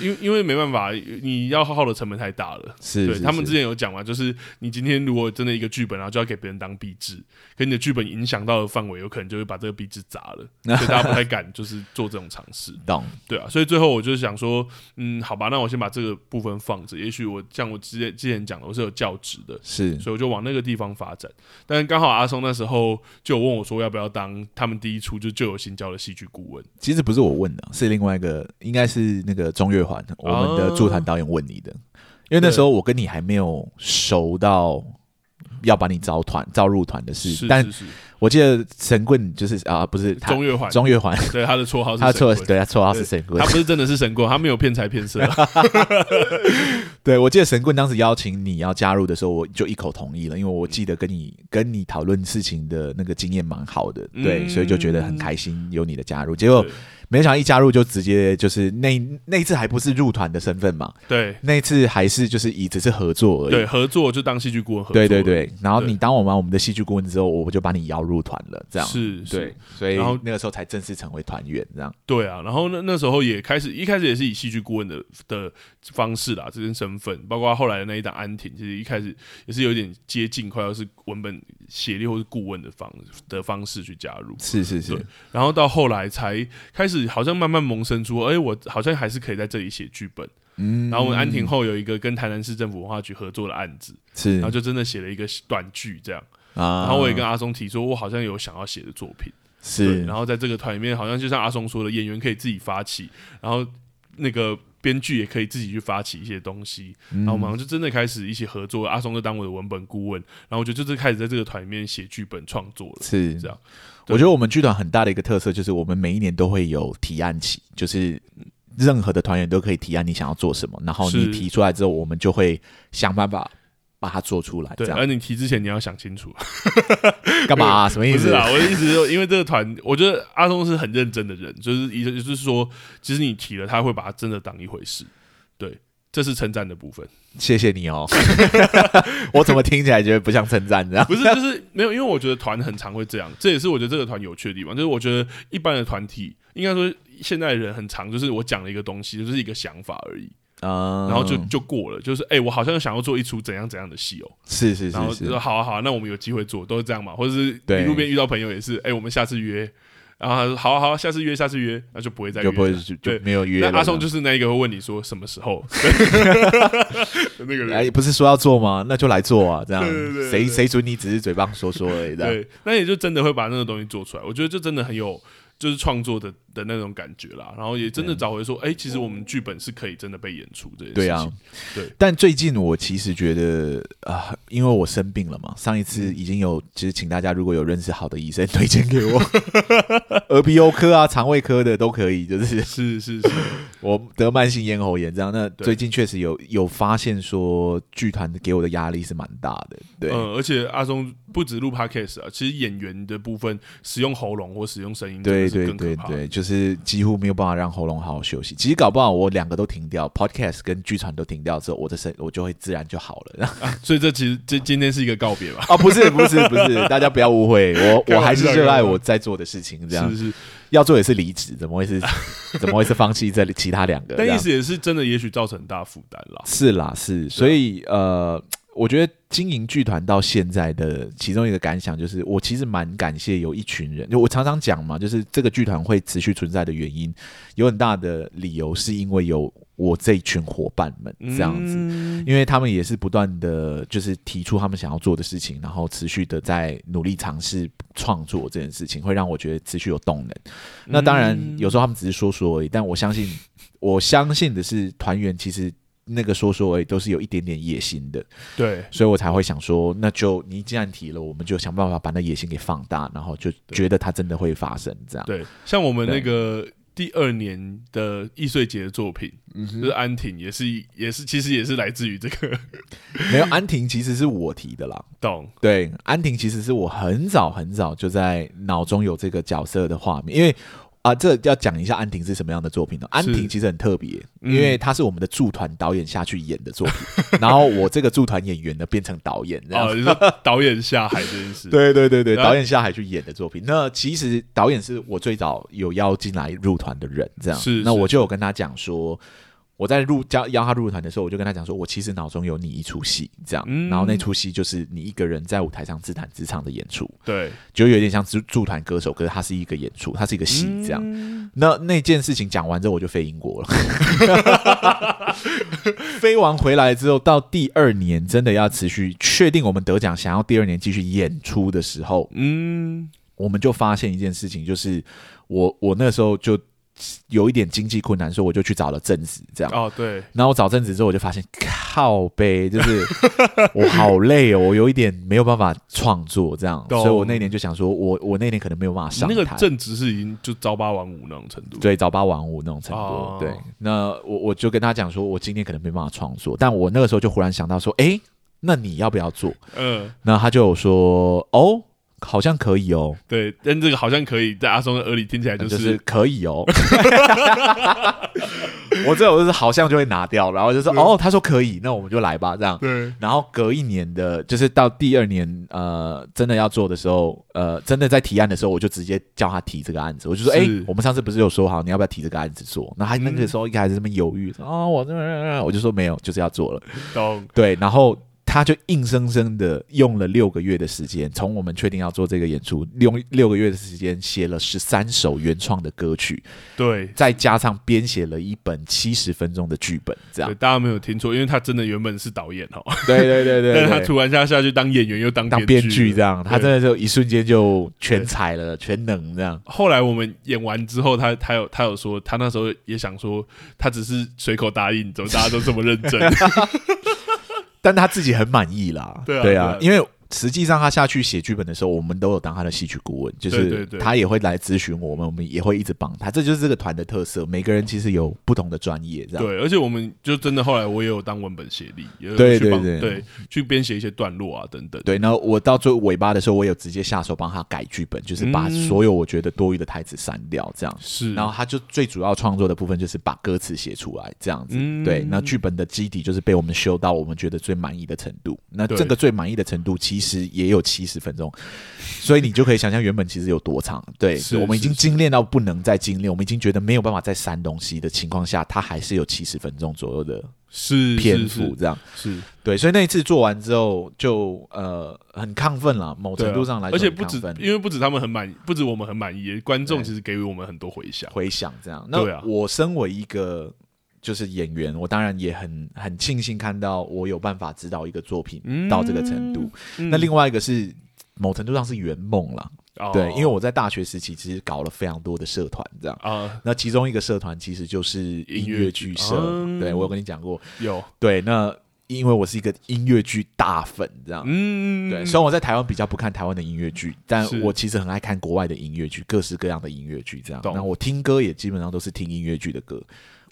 [SPEAKER 2] 因为因为没办法，你要耗的成本太大了。
[SPEAKER 1] 是
[SPEAKER 2] 对
[SPEAKER 1] 是
[SPEAKER 2] 他们
[SPEAKER 1] 是
[SPEAKER 2] 之前有讲嘛，就是你今天如果真的一个剧本，然后就要给别人当壁纸，可你的剧本影响到的范围，有可能就会把这个壁纸砸 了，所以大家不太敢就是做这种尝试。
[SPEAKER 1] 懂
[SPEAKER 2] 对啊，所以最后我就想说，嗯，好吧，那我先把这个部分放着。也许我像我之前之前讲的，我是有教职的，
[SPEAKER 1] 是
[SPEAKER 2] 所以我就往那个地方发展。但是刚好阿松那时候就有问我说，要不要当他们第一出就就有新教的戏剧顾问？
[SPEAKER 1] 其实不是我问的，是另外一个，应该是那个钟月环，我们的驻团导演问你的，因为那时候我跟你还没有熟到要把你招团招入团的事，
[SPEAKER 2] 是
[SPEAKER 1] 但
[SPEAKER 2] 是是，
[SPEAKER 1] 我记得神棍就是啊，不是他
[SPEAKER 2] 钟月环，
[SPEAKER 1] 钟月环，
[SPEAKER 2] 对他的绰号是
[SPEAKER 1] 他
[SPEAKER 2] 神
[SPEAKER 1] 错
[SPEAKER 2] 棍，
[SPEAKER 1] 对他绰号是神棍
[SPEAKER 2] 他，不是真的是神棍，他没有骗财骗色。啊
[SPEAKER 1] 对我记得神棍当时邀请你要加入的时候，我就一口同意了，因为我记得跟你跟你讨论事情的那个经验蛮好的，对，
[SPEAKER 2] 嗯
[SPEAKER 1] 所以就觉得很开心有你的加入，结果
[SPEAKER 2] 对
[SPEAKER 1] 没想到一加入就直接就是那那一次还不是入团的身份嘛。
[SPEAKER 2] 对
[SPEAKER 1] 那一次还是就是以只是合作而
[SPEAKER 2] 对，
[SPEAKER 1] 已。
[SPEAKER 2] 合作就当戏剧顾问合作，
[SPEAKER 1] 对对，对，然后
[SPEAKER 2] 对
[SPEAKER 1] 你当我们我们的戏剧顾问之后，我就把你邀入团了，这样
[SPEAKER 2] 是，是
[SPEAKER 1] 对，所以
[SPEAKER 2] 然后
[SPEAKER 1] 那个时候才正式成为团员，这样
[SPEAKER 2] 对啊，然后那那时候也开始，一开始也是以戏剧顾问的的方式啦，这些身份，包括后来的那一档安婷，其实一开始也是有点接近，快要是文本协力或是顾问的方的方式去加入，
[SPEAKER 1] 是是是
[SPEAKER 2] 对，然后到后来才开始好像慢慢萌生出，哎、我好像还是可以在这里写剧本。
[SPEAKER 1] 嗯
[SPEAKER 2] 然后我们安婷后有一个跟台南市政府文化局合作的案子，
[SPEAKER 1] 是
[SPEAKER 2] 然后就真的写了一个短剧这样。
[SPEAKER 1] 啊
[SPEAKER 2] 然后我也跟阿松提说，我好像有想要写的作品。对
[SPEAKER 1] 是
[SPEAKER 2] 然后在这个团里面，好像就像阿松说的，演员可以自己发起，然后那个编剧也可以自己去发起一些东西，
[SPEAKER 1] 嗯
[SPEAKER 2] 然后我们好像就真的开始一起合作。阿松就当我的文本顾问，然后我就就是开始在这个团里面写剧本创作了。
[SPEAKER 1] 是
[SPEAKER 2] 这样。对
[SPEAKER 1] 我觉得我们剧团很大的一个特色就是，我们每一年都会有提案期，就是任何的团员都可以提案你想要做什么，然后
[SPEAKER 2] 是
[SPEAKER 1] 你提出来之后，我们就会想办法把它做出来。这
[SPEAKER 2] 对，
[SPEAKER 1] 样
[SPEAKER 2] 而你提之前你要想 清楚，
[SPEAKER 1] 干嘛、 什么意
[SPEAKER 2] 不是啊
[SPEAKER 1] 思？
[SPEAKER 2] 啦，我的意思是说，因为这个团，我觉得阿松是很认真的人，就是也就是说，其实你提了，他会把它真的当一回事。对，这是称赞的部分。
[SPEAKER 1] 谢谢你 哦。我怎么听起来觉得不像称赞这样？
[SPEAKER 2] 不是，就是没有，因为我觉得团很常会这样，这也是我觉得这个团有趣的地方。就是我觉得一般的团体，应该说现在的人很常，就是我讲了一个东西，就是一个想法而已，
[SPEAKER 1] 嗯，
[SPEAKER 2] 然后就就过了。就是哎、我好像想要做一出怎样怎样的戏哦、
[SPEAKER 1] 是是
[SPEAKER 2] 然后
[SPEAKER 1] 是
[SPEAKER 2] 就是说，好啊好啊，那我们有机会做，都是这样嘛。或者是
[SPEAKER 1] 对
[SPEAKER 2] 你路边遇到朋友也是，哎、我们下次约。然后他说好啊好啊，下次约，下次约，那就不会再约
[SPEAKER 1] 就
[SPEAKER 2] 了。
[SPEAKER 1] 不会就
[SPEAKER 2] 对
[SPEAKER 1] 就没有约了。
[SPEAKER 2] 那阿松就是那一个会问你说什么 时候 的那个人。
[SPEAKER 1] 哎，不是说要做吗？那就来做啊，这样
[SPEAKER 2] 对对对对
[SPEAKER 1] 谁谁准你只是嘴巴说说而已，这样
[SPEAKER 2] 对，那也就真的会把那个东西做出来。我觉得这真的很有就是创作的的那种感觉啦，然后也真的找回说，哎、其实我们剧本是可以真的被演出这件事情。
[SPEAKER 1] 对啊，。
[SPEAKER 2] 对
[SPEAKER 1] 但最近我其实觉得啊、因为我生病了嘛，上一
[SPEAKER 2] 嗯
[SPEAKER 1] 次已经有，其实请大家如果有认识好的医生 推荐给我，耳鼻喉科啊、肠胃科的都可以，就是
[SPEAKER 2] 是是是，
[SPEAKER 1] 我得慢性咽喉炎这样。那
[SPEAKER 2] 对
[SPEAKER 1] 最近确实有有发现说，剧团给我的压力是蛮大的，对。
[SPEAKER 2] 嗯，而且阿松不止录 podcast 啊，其实演员的部分使用喉咙或使用声音，
[SPEAKER 1] 对
[SPEAKER 2] 真
[SPEAKER 1] 对
[SPEAKER 2] 的是更
[SPEAKER 1] 对
[SPEAKER 2] 可怕
[SPEAKER 1] 对，就是几乎没有办法让喉咙好好休息。其实搞不好我两个都停掉，podcast 跟剧场都停掉之后，我的声我就会自然就好了。
[SPEAKER 2] 所以这其实这今天是一个告别吧，
[SPEAKER 1] 啊，不是不是不是，大家不要误会，我
[SPEAKER 2] 开玩笑
[SPEAKER 1] 我还是热爱我在做的事情，这样
[SPEAKER 2] 是是。
[SPEAKER 1] 要做也是离职，怎么会是怎么会是放弃这里其他两个？这
[SPEAKER 2] 但意
[SPEAKER 1] 样
[SPEAKER 2] 思也是真的，也许造成很大负担啦。
[SPEAKER 1] 是啦是，所以呃，我觉得经营剧团到现在的其中一个感想就是，我其实蛮感谢有一群人，就我常常讲嘛，就是这个剧团会持续存在的原因，有很大的理由是因为有我这一群伙伴们这样子。
[SPEAKER 2] 嗯
[SPEAKER 1] 因为他们也是不断的，就是提出他们想要做的事情，然后持续的在努力尝试创作这件事情，会让我觉得持续有动能。那当然，有时候他们只是说说而已，但我相信，我相信的是团员其实那个说说而已，都是有一点点野心的，
[SPEAKER 2] 对，
[SPEAKER 1] 所以我才会想说，那就你既然提了，我们就想办法把那野心给放大，然后就觉得它真的会发生这样。
[SPEAKER 2] 对，像我们
[SPEAKER 1] 啊对
[SPEAKER 2] 那个第二年的易碎节的作品，
[SPEAKER 1] 嗯
[SPEAKER 2] 就是安婷，也是也是其实也是来自于 这个
[SPEAKER 1] 没有安婷其实是我提的啦，
[SPEAKER 2] 懂，
[SPEAKER 1] 对，安婷其实是我很早很早就在脑中有这个角色的画面，因为啊、这要讲一下安婷是什么样的作品呢？安婷其实很特别，
[SPEAKER 2] 嗯
[SPEAKER 1] 因为她是我们的驻团导演下去演的作品，然后我这个驻团演员呢变成导演这样
[SPEAKER 2] 哦，
[SPEAKER 1] 子。
[SPEAKER 2] 你说导演下海这件事，，
[SPEAKER 1] 对对对对，
[SPEAKER 2] 然后
[SPEAKER 1] 导演下海去演的作品。那其实导演是我最早有邀进来入团的人，这样。
[SPEAKER 2] 是
[SPEAKER 1] 那
[SPEAKER 2] 是
[SPEAKER 1] 我就有跟他讲说，我在入邀邀他入团的时候，我就跟他讲说，我其实脑中有你一出戏，这样。
[SPEAKER 2] 嗯
[SPEAKER 1] 然后那出戏就是你一个人在舞台上自弹自唱的演出。
[SPEAKER 2] 对，
[SPEAKER 1] 就有点像驻驻团歌手，可是它是一个演出，它是一个戏这样。
[SPEAKER 2] 嗯
[SPEAKER 1] 那那件事情讲完之后，我就飞英国了。 飞完回来之后，到第二年真的要持续确定我们得奖，想要第二年继续演出的时候，
[SPEAKER 2] 嗯，
[SPEAKER 1] 我们就发现一件事情，就是我我那时候就有一点经济困难，所以我就去找了正职这样。
[SPEAKER 2] 哦，对，
[SPEAKER 1] 然后我找正职之后，我就发现靠背，就是 我好累哦，我有一点没有办法创作这样，
[SPEAKER 2] 懂
[SPEAKER 1] 所以我那年就想说，我我那年可能没有办法
[SPEAKER 2] 你
[SPEAKER 1] 上
[SPEAKER 2] 那个
[SPEAKER 1] 台，
[SPEAKER 2] 正职是已经就朝八晚五那种程度，
[SPEAKER 1] 对，早八晚五那种程度。
[SPEAKER 2] 哦
[SPEAKER 1] 对，那我我就跟他讲说，我今天可能没办法创作，但我那个时候就忽然想到说，诶，那你要不要做？
[SPEAKER 2] 嗯，
[SPEAKER 1] 那他就有说，哦，好像可以哦，
[SPEAKER 2] 对，但这个好像可以在阿松的耳里听起来
[SPEAKER 1] 就、
[SPEAKER 2] 就是是
[SPEAKER 1] 可以哦。 我这种就是好像就会拿掉，然后就说哦，他说可以，那我们就来吧，这样。
[SPEAKER 2] 对，
[SPEAKER 1] 然后隔一年的，就是到第二年，呃，真的要做的时候，呃，真的在提案的时候，我就直接叫他提这个案子，我就说，
[SPEAKER 2] 是
[SPEAKER 1] 哎、我们上次不是有说好你要不要提这个案子嗯做？那他那个时候一开始这么犹豫，说啊、我这，我就说没有，就是要做了。
[SPEAKER 2] 懂，
[SPEAKER 1] 对，然后他就硬生生的用了六个月的时间，从我们确定要做这个演出，用六个月的时间写了十三首原创的歌曲，
[SPEAKER 2] 对。
[SPEAKER 1] 再加上编写了一本七十分钟的剧本，这样
[SPEAKER 2] 对，。大家没有听错，因为他真的原本是导演哦，
[SPEAKER 1] 对对对 对 对
[SPEAKER 2] 但是他突然下下去当演员又当
[SPEAKER 1] 当编
[SPEAKER 2] 编
[SPEAKER 1] 剧这
[SPEAKER 2] 样。
[SPEAKER 1] 样，他
[SPEAKER 2] 对
[SPEAKER 1] 真的就一瞬间就 全才了，全能这样。
[SPEAKER 2] 后来我们演完之后，他他有他有说，他那时候也想说，他只是随口答应，怎么大家都这么认真？
[SPEAKER 1] 但他自己很满意啦，
[SPEAKER 2] 对啊对啊
[SPEAKER 1] 因为。实际上，他下去写剧本的时候，我们都有当他的戏曲顾问，就
[SPEAKER 2] 对对
[SPEAKER 1] 是
[SPEAKER 2] 对
[SPEAKER 1] 他也会来咨询我们，我们也会一直帮他。这就是这个团的特色，每个人其实有不同的专业，这样。
[SPEAKER 2] 对，而且我们就真的后来我也有当文本协力，也有
[SPEAKER 1] 对
[SPEAKER 2] 去帮
[SPEAKER 1] 对对
[SPEAKER 2] 对去编写一些段落啊等等。
[SPEAKER 1] 对，然后我到最尾巴的时候，我有直接下手帮他改剧本，就是把
[SPEAKER 2] 嗯
[SPEAKER 1] 所有我觉得多余的台词删掉，这样。
[SPEAKER 2] 是，
[SPEAKER 1] 然后他就最主要创作的部分就是把歌词写出来，这样子。
[SPEAKER 2] 嗯
[SPEAKER 1] 对，那剧本的基底就是被我们修到我们觉得最满意的程度。那
[SPEAKER 2] 对
[SPEAKER 1] 这个最满意的程度其实也有七十分钟，所以你就可以想象原本其实有多长。对，
[SPEAKER 2] 是
[SPEAKER 1] 我们已
[SPEAKER 2] 是
[SPEAKER 1] 经精炼到不能再精炼，我们已经觉得没有办法再删东西的情况下，它还是有七十分钟左右的
[SPEAKER 2] 是
[SPEAKER 1] 篇
[SPEAKER 2] 是
[SPEAKER 1] 幅
[SPEAKER 2] 是
[SPEAKER 1] 这样。
[SPEAKER 2] 是
[SPEAKER 1] 对，所以那一次做完之后就呃很亢奋啦，某
[SPEAKER 2] 对啊
[SPEAKER 1] 程度上来说
[SPEAKER 2] 而且
[SPEAKER 1] 很
[SPEAKER 2] 不止
[SPEAKER 1] 亢奋，
[SPEAKER 2] 因为不止他们很满意，不止我们很满意，观众
[SPEAKER 1] 对
[SPEAKER 2] 其实给予我们很多回响。
[SPEAKER 1] 回想这样。
[SPEAKER 2] 对
[SPEAKER 1] 那
[SPEAKER 2] 啊
[SPEAKER 1] 我身为一个就是演员，我当然也很很庆幸看到我有办法指导一个作品
[SPEAKER 2] 嗯
[SPEAKER 1] 到这个程度。
[SPEAKER 2] 嗯
[SPEAKER 1] 那另外一个是。某程度上是圆梦啦，
[SPEAKER 2] 哦
[SPEAKER 1] 对，因为我在大学时期其实搞了非常多的社团，这样。
[SPEAKER 2] 啊
[SPEAKER 1] 那其中一个社团其实就是音
[SPEAKER 2] 音
[SPEAKER 1] 乐
[SPEAKER 2] 乐
[SPEAKER 1] 剧
[SPEAKER 2] 剧
[SPEAKER 1] 社，
[SPEAKER 2] 嗯
[SPEAKER 1] 对我有跟你讲过。
[SPEAKER 2] 有
[SPEAKER 1] 对，那因为我是一个音乐剧大粉，这样。
[SPEAKER 2] 嗯
[SPEAKER 1] 对，虽然我在台湾比较不看台湾的音乐剧，但
[SPEAKER 2] 是
[SPEAKER 1] 我其实很爱看国外的音乐剧，各式各样的音乐剧这样。
[SPEAKER 2] 懂
[SPEAKER 1] 那我听歌也基本上都是听音乐剧的歌，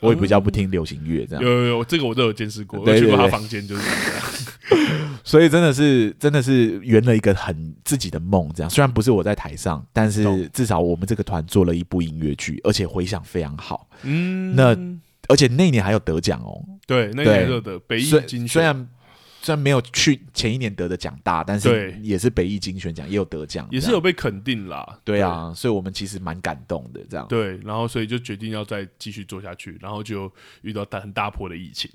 [SPEAKER 1] 我也比较不听流行乐这样。
[SPEAKER 2] 嗯有有有，这个我都有见识过，我
[SPEAKER 1] 对
[SPEAKER 2] 去
[SPEAKER 1] 对
[SPEAKER 2] 过他
[SPEAKER 1] 对
[SPEAKER 2] 房间就是这样。
[SPEAKER 1] 所以真的是真的是圆了一个很自己的梦这样。虽然不是我在台上，但是
[SPEAKER 2] 懂
[SPEAKER 1] 至少我们这个团做了一部音乐剧，而且回响非常好，
[SPEAKER 2] 嗯，
[SPEAKER 1] 那而且那一年还有得奖哦。
[SPEAKER 2] 对那
[SPEAKER 1] 对
[SPEAKER 2] 个热的北艺
[SPEAKER 1] 虽
[SPEAKER 2] 金
[SPEAKER 1] 虽
[SPEAKER 2] 选
[SPEAKER 1] 然。虽然没有去前一年得的奖大，但是
[SPEAKER 2] 对
[SPEAKER 1] 也是北艺金选奖，也有得奖，
[SPEAKER 2] 也是
[SPEAKER 1] 这样
[SPEAKER 2] 有被肯定啦。
[SPEAKER 1] 对啊，所以我们其实蛮感动的这样。
[SPEAKER 2] 对。对，然后所以就决定要再继续做下去，然后就遇到大很大波的疫 情。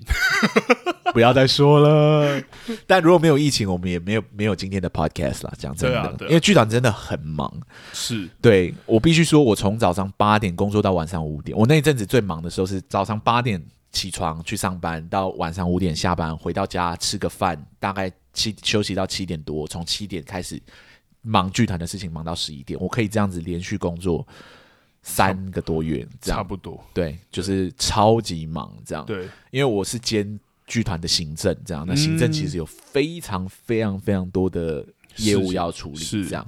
[SPEAKER 1] 不要再说了。但如果没有疫情，我们也没有没有今天的 podcast 啦。讲真的，
[SPEAKER 2] 对啊对啊
[SPEAKER 1] 因为剧团真的很忙。
[SPEAKER 2] 是，
[SPEAKER 1] 对我必须说，我从早上八点工作到晚上五点。我那一阵子最忙的时候是早上八点起床去上班，到晚上五点下班，回到家吃个饭，大概七休息到七点多，从七点开始忙剧团的事情，忙到十一点。我可以这样子连续工作三个多月，这
[SPEAKER 2] 差
[SPEAKER 1] 样
[SPEAKER 2] 不多。
[SPEAKER 1] 对，就是超级忙这样。
[SPEAKER 2] 对，
[SPEAKER 1] 因为我是兼剧团的行政，这样那行政
[SPEAKER 2] 嗯
[SPEAKER 1] 其实有非常非常非常多的业
[SPEAKER 2] 事
[SPEAKER 1] 务
[SPEAKER 2] 情
[SPEAKER 1] 要处理，
[SPEAKER 2] 是
[SPEAKER 1] 这样。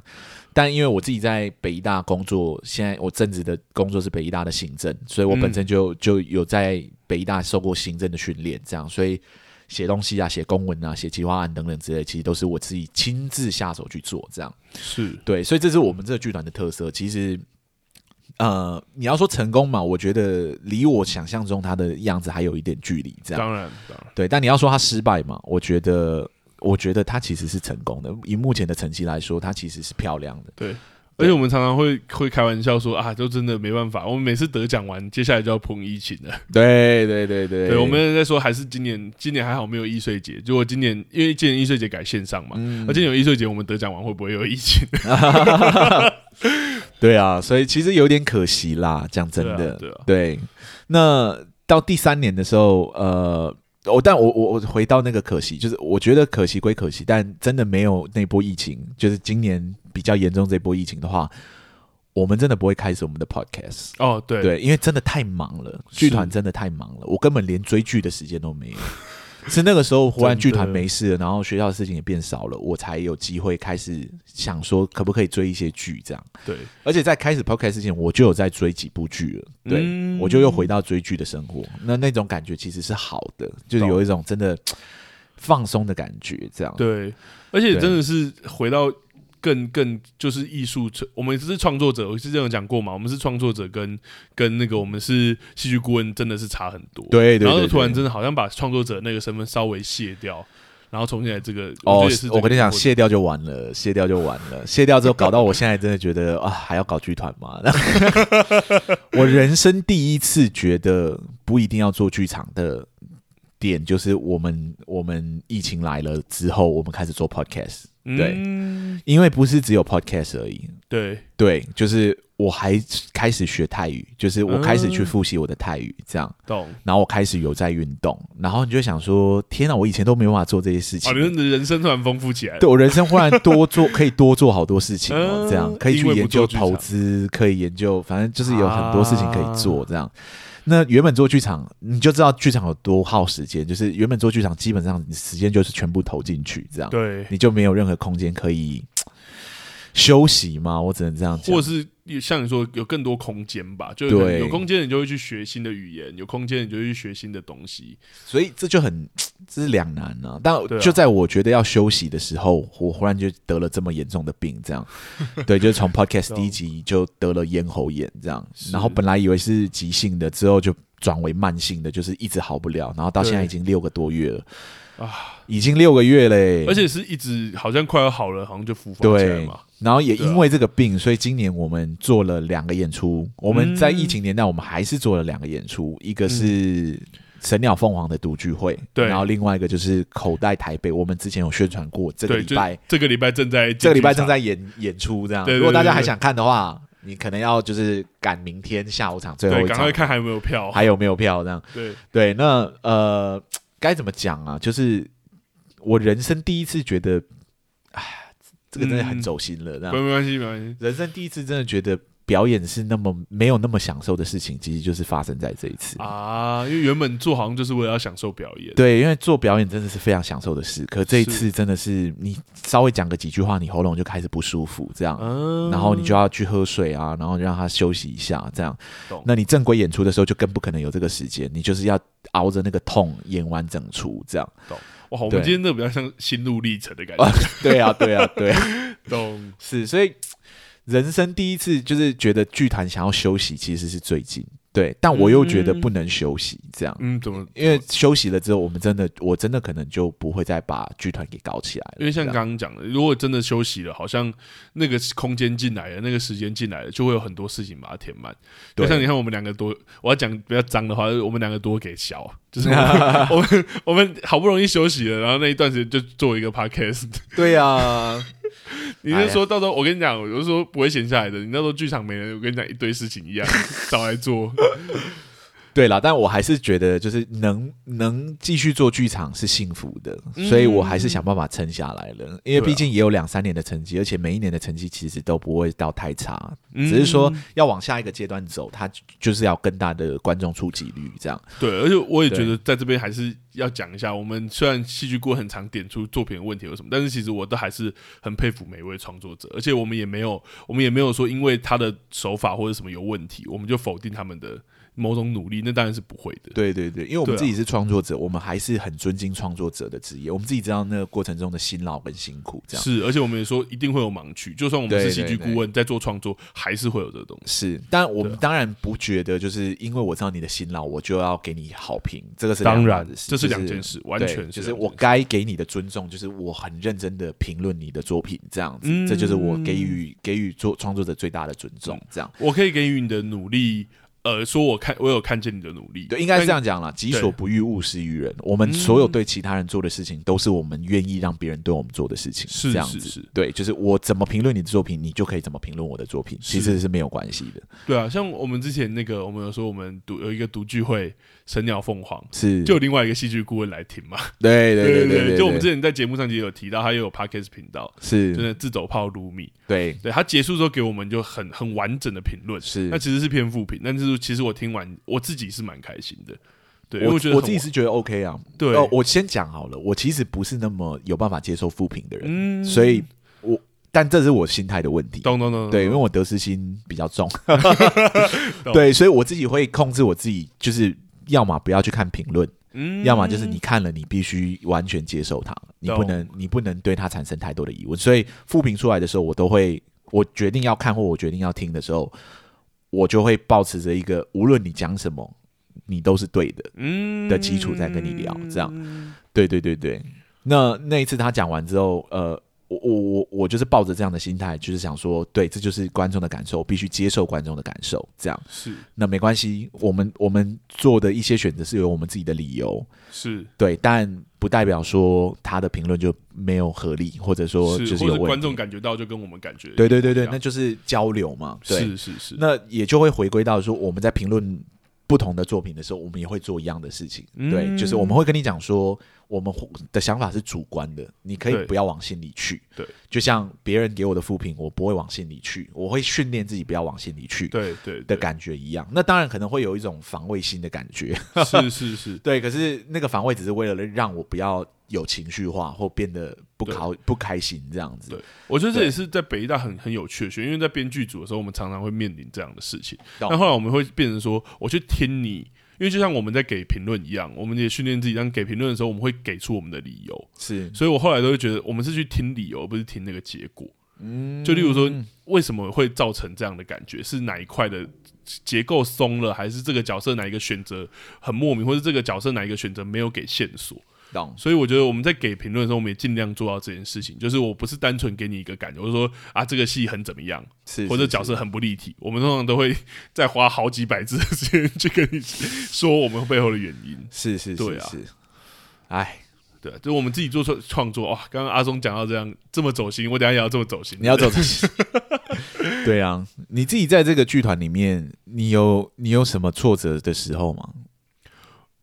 [SPEAKER 1] 但因为我自己在北医大工作，现在我正职的工作是北医大的行政，所以我本身
[SPEAKER 2] 嗯
[SPEAKER 1] 就、就有在北医大受过行政的训练，这样，所以写东西啊、写公文啊、写企划案等等之类，其实都是我自己亲自下手去做，这样。
[SPEAKER 2] 是
[SPEAKER 1] 对，所以这是我们这个剧团的特色。其实，呃，你要说成功嘛，我觉得离我想象中它的样子还有一点距离，这样。
[SPEAKER 2] 当然当然
[SPEAKER 1] 对，但你要说他失败嘛，我觉得，我觉得他其实是成功的。以目前的成绩来说，他其实是漂亮的。
[SPEAKER 2] 对。而
[SPEAKER 1] 对
[SPEAKER 2] 且我们常常会会开玩笑说啊，就真的没办法。我们每次得奖完，接下来就要碰疫情了。
[SPEAKER 1] 对对对对
[SPEAKER 2] 对，我们在说还是今年，今年还好没有易碎节。如果今年因为今年易碎节改线上嘛，
[SPEAKER 1] 嗯
[SPEAKER 2] 而今年有易碎节，我们得奖完会不会有疫情？
[SPEAKER 1] 对啊，所以其实有点可惜啦，讲真
[SPEAKER 2] 对
[SPEAKER 1] 的，
[SPEAKER 2] 啊对啊
[SPEAKER 1] 对那到第三年的时候，呃，我、但我我我回到那个可惜，就是我觉得可惜归可惜，但真的没有那波疫情，就是今年比较严重这波疫情的话，我们真的不会开始我们的 podcast。
[SPEAKER 2] 哦，对，
[SPEAKER 1] 对，因为真的太忙了，
[SPEAKER 2] 是
[SPEAKER 1] 剧团真的太忙了，我根本连追剧的时间都 没有。是那个时候，忽然剧
[SPEAKER 2] 真的
[SPEAKER 1] 团没事了，然后学校的事情也变少了，我才有机会开始想说，可不可以追一些剧这样。
[SPEAKER 2] 对，
[SPEAKER 1] 而且在开始 podcast 之前，我就有在追几部剧了，对、
[SPEAKER 2] 嗯
[SPEAKER 1] 我就又回到追剧的生活，那那种感觉其实是好的，就是
[SPEAKER 2] 懂
[SPEAKER 1] 有一种真的放松的感觉，这样。
[SPEAKER 2] 对，而且
[SPEAKER 1] 对
[SPEAKER 2] 真的是回到更更就是艺术创，我们是创作者，我是这样讲过嘛，我们是创作者跟跟那个我们是戏剧顾问，真的是差很多。
[SPEAKER 1] 对对对
[SPEAKER 2] 然后
[SPEAKER 1] 对
[SPEAKER 2] 突然真的好像把创作者那个身份稍微卸掉，然后重新来这个。我觉
[SPEAKER 1] 哦
[SPEAKER 2] 得也是，这
[SPEAKER 1] 我跟
[SPEAKER 2] 个
[SPEAKER 1] 你讲，
[SPEAKER 2] 过程
[SPEAKER 1] 卸掉就完了，卸掉就完了， 卸掉之后搞到我现在真的觉得啊，还要搞剧团吗？ 我人生第一次觉得不一定要做剧场的点就是我们我们疫情来了之后，我们开始做 podcast，对
[SPEAKER 2] 嗯
[SPEAKER 1] 因为不是只有 podcast 而已，
[SPEAKER 2] 对，
[SPEAKER 1] 对，就是我还开始学泰语，就是我开始去
[SPEAKER 2] 嗯
[SPEAKER 1] 复习我的泰语，这样，
[SPEAKER 2] 懂。
[SPEAKER 1] 然后我开始有在运动，然后你就会想说，天哪，我以前都没有办法做这些事情
[SPEAKER 2] 哦，你，的人生突然丰富起来了。
[SPEAKER 1] 对我人生忽然多做，可以多做好多事情哦，
[SPEAKER 2] 嗯
[SPEAKER 1] 这样可以
[SPEAKER 2] 因
[SPEAKER 1] 去
[SPEAKER 2] 为不
[SPEAKER 1] 研究
[SPEAKER 2] 做剧
[SPEAKER 1] 投
[SPEAKER 2] 场
[SPEAKER 1] 资，可以研究，反正就是有很多事情可以做
[SPEAKER 2] 啊
[SPEAKER 1] 这样。那原本做剧场，你就知道剧场有多耗时间，就是原本做剧场基本上你时间就是全部投进去这样，
[SPEAKER 2] 对，
[SPEAKER 1] 你就没有任何空间可以休息嘛，我只能这样讲
[SPEAKER 2] 或者。是有像你说有更多空间吧，就
[SPEAKER 1] 对
[SPEAKER 2] 是有空间你就会去学新的语言，有空间你就会去学新的东西。
[SPEAKER 1] 所以这就很这是两难啊。但
[SPEAKER 2] 对啊
[SPEAKER 1] 就在我觉得要休息的时候，我忽然就得了这么严重的病，这 样，对，就是从 podcast
[SPEAKER 2] 懂
[SPEAKER 1] 第一集就得了咽喉炎这样，
[SPEAKER 2] 是
[SPEAKER 1] 然后本来以为是急性的，之后就转为慢性的，就是一直好不了，然后到现在
[SPEAKER 2] 对
[SPEAKER 1] 已经六个多月了
[SPEAKER 2] 啊
[SPEAKER 1] 已经六个月嘞、
[SPEAKER 2] 而且是一直好像快要好了，好像就复发起来
[SPEAKER 1] 对
[SPEAKER 2] 嘛。，
[SPEAKER 1] 然后也
[SPEAKER 2] 对啊
[SPEAKER 1] 因为这个病，所以今年我们做了两个演出。我们在疫情年代，我们还是做了两个演出，一个是神鸟凤凰的独聚会，
[SPEAKER 2] 嗯对
[SPEAKER 1] 然后另外一个就是口袋台北。我们之前有宣传过，这个
[SPEAKER 2] 对，
[SPEAKER 1] 礼
[SPEAKER 2] 就
[SPEAKER 1] 拜
[SPEAKER 2] 这个礼拜正在
[SPEAKER 1] 这个礼拜正在演演出，这样。
[SPEAKER 2] 对对
[SPEAKER 1] 如果大家
[SPEAKER 2] 对对
[SPEAKER 1] 还想看的话，你可能要就是赶明天下午场最后
[SPEAKER 2] 对，
[SPEAKER 1] 一
[SPEAKER 2] 赶
[SPEAKER 1] 场
[SPEAKER 2] 快，看还有没有票。
[SPEAKER 1] 还有没有票这样。
[SPEAKER 2] 对，
[SPEAKER 1] 对，那呃，该怎么讲啊？就是我人生第一次觉得，哎，这个真的很
[SPEAKER 2] 嗯
[SPEAKER 1] 走心了，这样
[SPEAKER 2] 没。没关系，没关系。
[SPEAKER 1] 人生第一次真的觉得表演是那么没有那么享受的事情，其实就是发生在这一次。
[SPEAKER 2] 啊，因为原本做好像就是为了要享受表演，
[SPEAKER 1] 对，因为做表演真的是非常享受的事，可这一
[SPEAKER 2] 是
[SPEAKER 1] 次真的是你稍微讲个几句话，你喉咙就开始不舒服，这样，
[SPEAKER 2] 嗯
[SPEAKER 1] 然后你就要去喝水啊，然后让他休息一下，这样
[SPEAKER 2] 懂。
[SPEAKER 1] 那你正规演出的时候就更不可能有这个时间，你就是要熬着那个痛演完整出，这 样。
[SPEAKER 2] 哇，我
[SPEAKER 1] 对
[SPEAKER 2] 们今天这比较像心路历程的感觉，
[SPEAKER 1] 对啊，对啊，对啊。
[SPEAKER 2] 懂？
[SPEAKER 1] 是，所以人生第一次就是觉得剧团想要休息，其实是最近对，但我又觉得不能休息这样。
[SPEAKER 2] 嗯，怎么？
[SPEAKER 1] 因为休息了之后，我们真的，我真的可能就不会再把剧团给搞起来了。
[SPEAKER 2] 因为像
[SPEAKER 1] 这
[SPEAKER 2] 刚
[SPEAKER 1] 样
[SPEAKER 2] 刚讲的，如果真的休息了，好像那个空间进来了，那个时间进来了，就会有很多事情把它填满。
[SPEAKER 1] 对
[SPEAKER 2] 就像你看，我们两个多，我要讲比较脏的话，就是我们两个多 给小，就是我们我们我们好不容易休息了，然后那一段时间就做一个 podcast。
[SPEAKER 1] 对啊，
[SPEAKER 2] 你是说到时候我跟你讲，我就说不会闲下来的。你那时候剧场没人，我跟你讲一堆事情一样 找来做。
[SPEAKER 1] 对啦，但我还是觉得就是能能继续做剧场是幸福的，所以我还是想办法撑下来了。因为
[SPEAKER 2] 嗯对啊
[SPEAKER 1] 毕竟也有两三年的成绩，而且每一年的成绩其实都不会到太差，
[SPEAKER 2] 嗯
[SPEAKER 1] 只是说要往下一个阶段走，它就是要更大的观众触及率这样。
[SPEAKER 2] 对，而且我也觉
[SPEAKER 1] 对
[SPEAKER 2] 得在这边还是要讲一下，我们虽然戏剧顾问很常点出作品的问题有什么，但是其实我都还是很佩服每一位创作者，而且我们也没有，我们也没有说因为他的手法或者什么有问题，我们就否定他们的某种努力，那当然是不会的。
[SPEAKER 1] 对对对，因为我们
[SPEAKER 2] 对啊
[SPEAKER 1] 自己是创作者，我们还是很尊敬创作者的职业，我们自己知道那个过程中的辛劳跟辛苦，这样
[SPEAKER 2] 是，而且我们也说一定会有盲区，就算我们
[SPEAKER 1] 对
[SPEAKER 2] 是戏
[SPEAKER 1] 对
[SPEAKER 2] 剧
[SPEAKER 1] 对
[SPEAKER 2] 顾问在做创作，还是会有这个东西。
[SPEAKER 1] 是。但我
[SPEAKER 2] 对
[SPEAKER 1] 们
[SPEAKER 2] 啊
[SPEAKER 1] 当然不觉得，就是因为我知道你的辛劳，我就要给你好评，这个是
[SPEAKER 2] 当
[SPEAKER 1] 两
[SPEAKER 2] 然
[SPEAKER 1] 码，子事
[SPEAKER 2] 这
[SPEAKER 1] 就
[SPEAKER 2] 是
[SPEAKER 1] 是
[SPEAKER 2] 两件事，完
[SPEAKER 1] 对
[SPEAKER 2] 全
[SPEAKER 1] 就是是
[SPEAKER 2] 两
[SPEAKER 1] 我
[SPEAKER 2] 件事
[SPEAKER 1] 该给你的尊重，就是我很认真的评论你的作品，这样子，
[SPEAKER 2] 嗯
[SPEAKER 1] 这就是我给予给予做创作者最大的尊重，这样。
[SPEAKER 2] 我可以给予你的努力，呃，说我看我有看见你的努力，
[SPEAKER 1] 对，应该是这
[SPEAKER 2] 但
[SPEAKER 1] 样讲啦。己所不欲，勿施于人。我们
[SPEAKER 2] 嗯
[SPEAKER 1] 所有对其他人做的事情，都是我们愿意让别人对我们做的事情。
[SPEAKER 2] 是
[SPEAKER 1] 这样子，
[SPEAKER 2] 是是
[SPEAKER 1] 对，就是我怎么评论你的作品，你就可以怎么评论我的作品，其实是没有关系的。
[SPEAKER 2] 对啊，像我们之前那个，我们有说我们读有一个读聚会《神鸟凤凰》，
[SPEAKER 1] 是，
[SPEAKER 2] 就有另外一个戏剧顾问来听嘛。
[SPEAKER 1] 对对对
[SPEAKER 2] 对
[SPEAKER 1] 对，
[SPEAKER 2] 就我们之
[SPEAKER 1] 对，
[SPEAKER 2] 前在节目上也有提到，他也有 podcast 频道，就是那自走炮卢米。
[SPEAKER 1] 对
[SPEAKER 2] 对他结束之后给我们就很很完整的评论，
[SPEAKER 1] 是
[SPEAKER 2] 那。其实是偏负评，但是其实我听完我自己是蛮开心的。对，因为
[SPEAKER 1] 我
[SPEAKER 2] 觉得
[SPEAKER 1] 我
[SPEAKER 2] 很
[SPEAKER 1] 自己是觉得 OK 啊。
[SPEAKER 2] 对，
[SPEAKER 1] 哦，我先讲好了，我其实不是那么有办法接受负评的人，
[SPEAKER 2] 嗯
[SPEAKER 1] 所以我但这是我心态的问题。
[SPEAKER 2] 懂懂懂，
[SPEAKER 1] 对，因为
[SPEAKER 2] 懂
[SPEAKER 1] 我得失心比较重，
[SPEAKER 2] 懂
[SPEAKER 1] 对，所以我自己会控制我自己，就是要么不要去看评论，
[SPEAKER 2] 嗯
[SPEAKER 1] 要么就是你看了，你必须完全接受它，你不
[SPEAKER 2] 懂
[SPEAKER 1] 能你不能对它产生太多的疑问。所以复评出来的时候，我都会，我决定要看或我决定要听的时候，我就会保持着一个无论你讲什么，你都是对的。
[SPEAKER 2] 嗯
[SPEAKER 1] 的基础再跟你聊这样对对对对。那那一次他讲完之后，呃，我我我我就是抱着这样的心态，就是想说，对，这就是观众的感受，我必须接受观众的感受。这样，
[SPEAKER 2] 是
[SPEAKER 1] 那没关系，我们我们做的一些选择是有我们自己的理由，
[SPEAKER 2] 是，
[SPEAKER 1] 对，但不代表说他的评论就没有合理，或者说就是是
[SPEAKER 2] 或
[SPEAKER 1] 有
[SPEAKER 2] 者
[SPEAKER 1] 问
[SPEAKER 2] 观
[SPEAKER 1] 题。
[SPEAKER 2] 众感觉到就跟我们感觉
[SPEAKER 1] 对对对对，
[SPEAKER 2] 一
[SPEAKER 1] 那
[SPEAKER 2] 样
[SPEAKER 1] 就是交流嘛。对，
[SPEAKER 2] 是是是，
[SPEAKER 1] 那也就会回归到说，我们在评论不同的作品的时候，我们也会做一样的事情。
[SPEAKER 2] 嗯
[SPEAKER 1] 对，就是我们会跟你讲说，我们的想法是主观的，你可以
[SPEAKER 2] 对
[SPEAKER 1] 不要往心里去。
[SPEAKER 2] 对，
[SPEAKER 1] 就像别人给我的负评，我不会往心里去，我会训练自己不要往心里去
[SPEAKER 2] 对对
[SPEAKER 1] 的
[SPEAKER 2] 对，
[SPEAKER 1] 感觉一样。那当然可能会有一种防卫心的感觉，
[SPEAKER 2] 是是是，
[SPEAKER 1] 对，可是那个防卫只是为了让我不要有情绪化或变得不开不开心这样子
[SPEAKER 2] 对。我觉得这
[SPEAKER 1] 对
[SPEAKER 2] 也是在北大很很有趣的学，因为在编剧组的时候，我们常常会面临这样的事情。
[SPEAKER 1] 懂
[SPEAKER 2] 但后来我们会变成说，我去听你，因为就像我们在给评论一样，我们也训练自己，当给评论的时候，我们会给出我们的理由。
[SPEAKER 1] 是，
[SPEAKER 2] 所以我后来都会觉得，我们是去听理由，而不是听那个结果。
[SPEAKER 1] 嗯
[SPEAKER 2] 就例如说，为什么会造成这样的感觉？是哪一块的结构松了，还是这个角色哪一个选择很莫名，或是这个角色哪一个选择没有给线索？
[SPEAKER 1] 懂，
[SPEAKER 2] 所以我觉得我们在给评论的时候，我们也尽量做到这件事情。就是我不是单纯给你一个感觉，我是说啊这个戏很怎么样，
[SPEAKER 1] 是
[SPEAKER 2] 或者角色很不立体，我们通常都会再花好几百字的时间去跟你说我们背后的原因。
[SPEAKER 1] 是是
[SPEAKER 2] 对
[SPEAKER 1] 是
[SPEAKER 2] 啊
[SPEAKER 1] 是，哎，
[SPEAKER 2] 对，啊就是我们自己做创创作哇。刚刚阿松讲到这样这么走心，我等一下也要这么走心。
[SPEAKER 1] 你要走这 些。对啊，你自己在这个剧团里面，你有你有什么挫折的时候吗？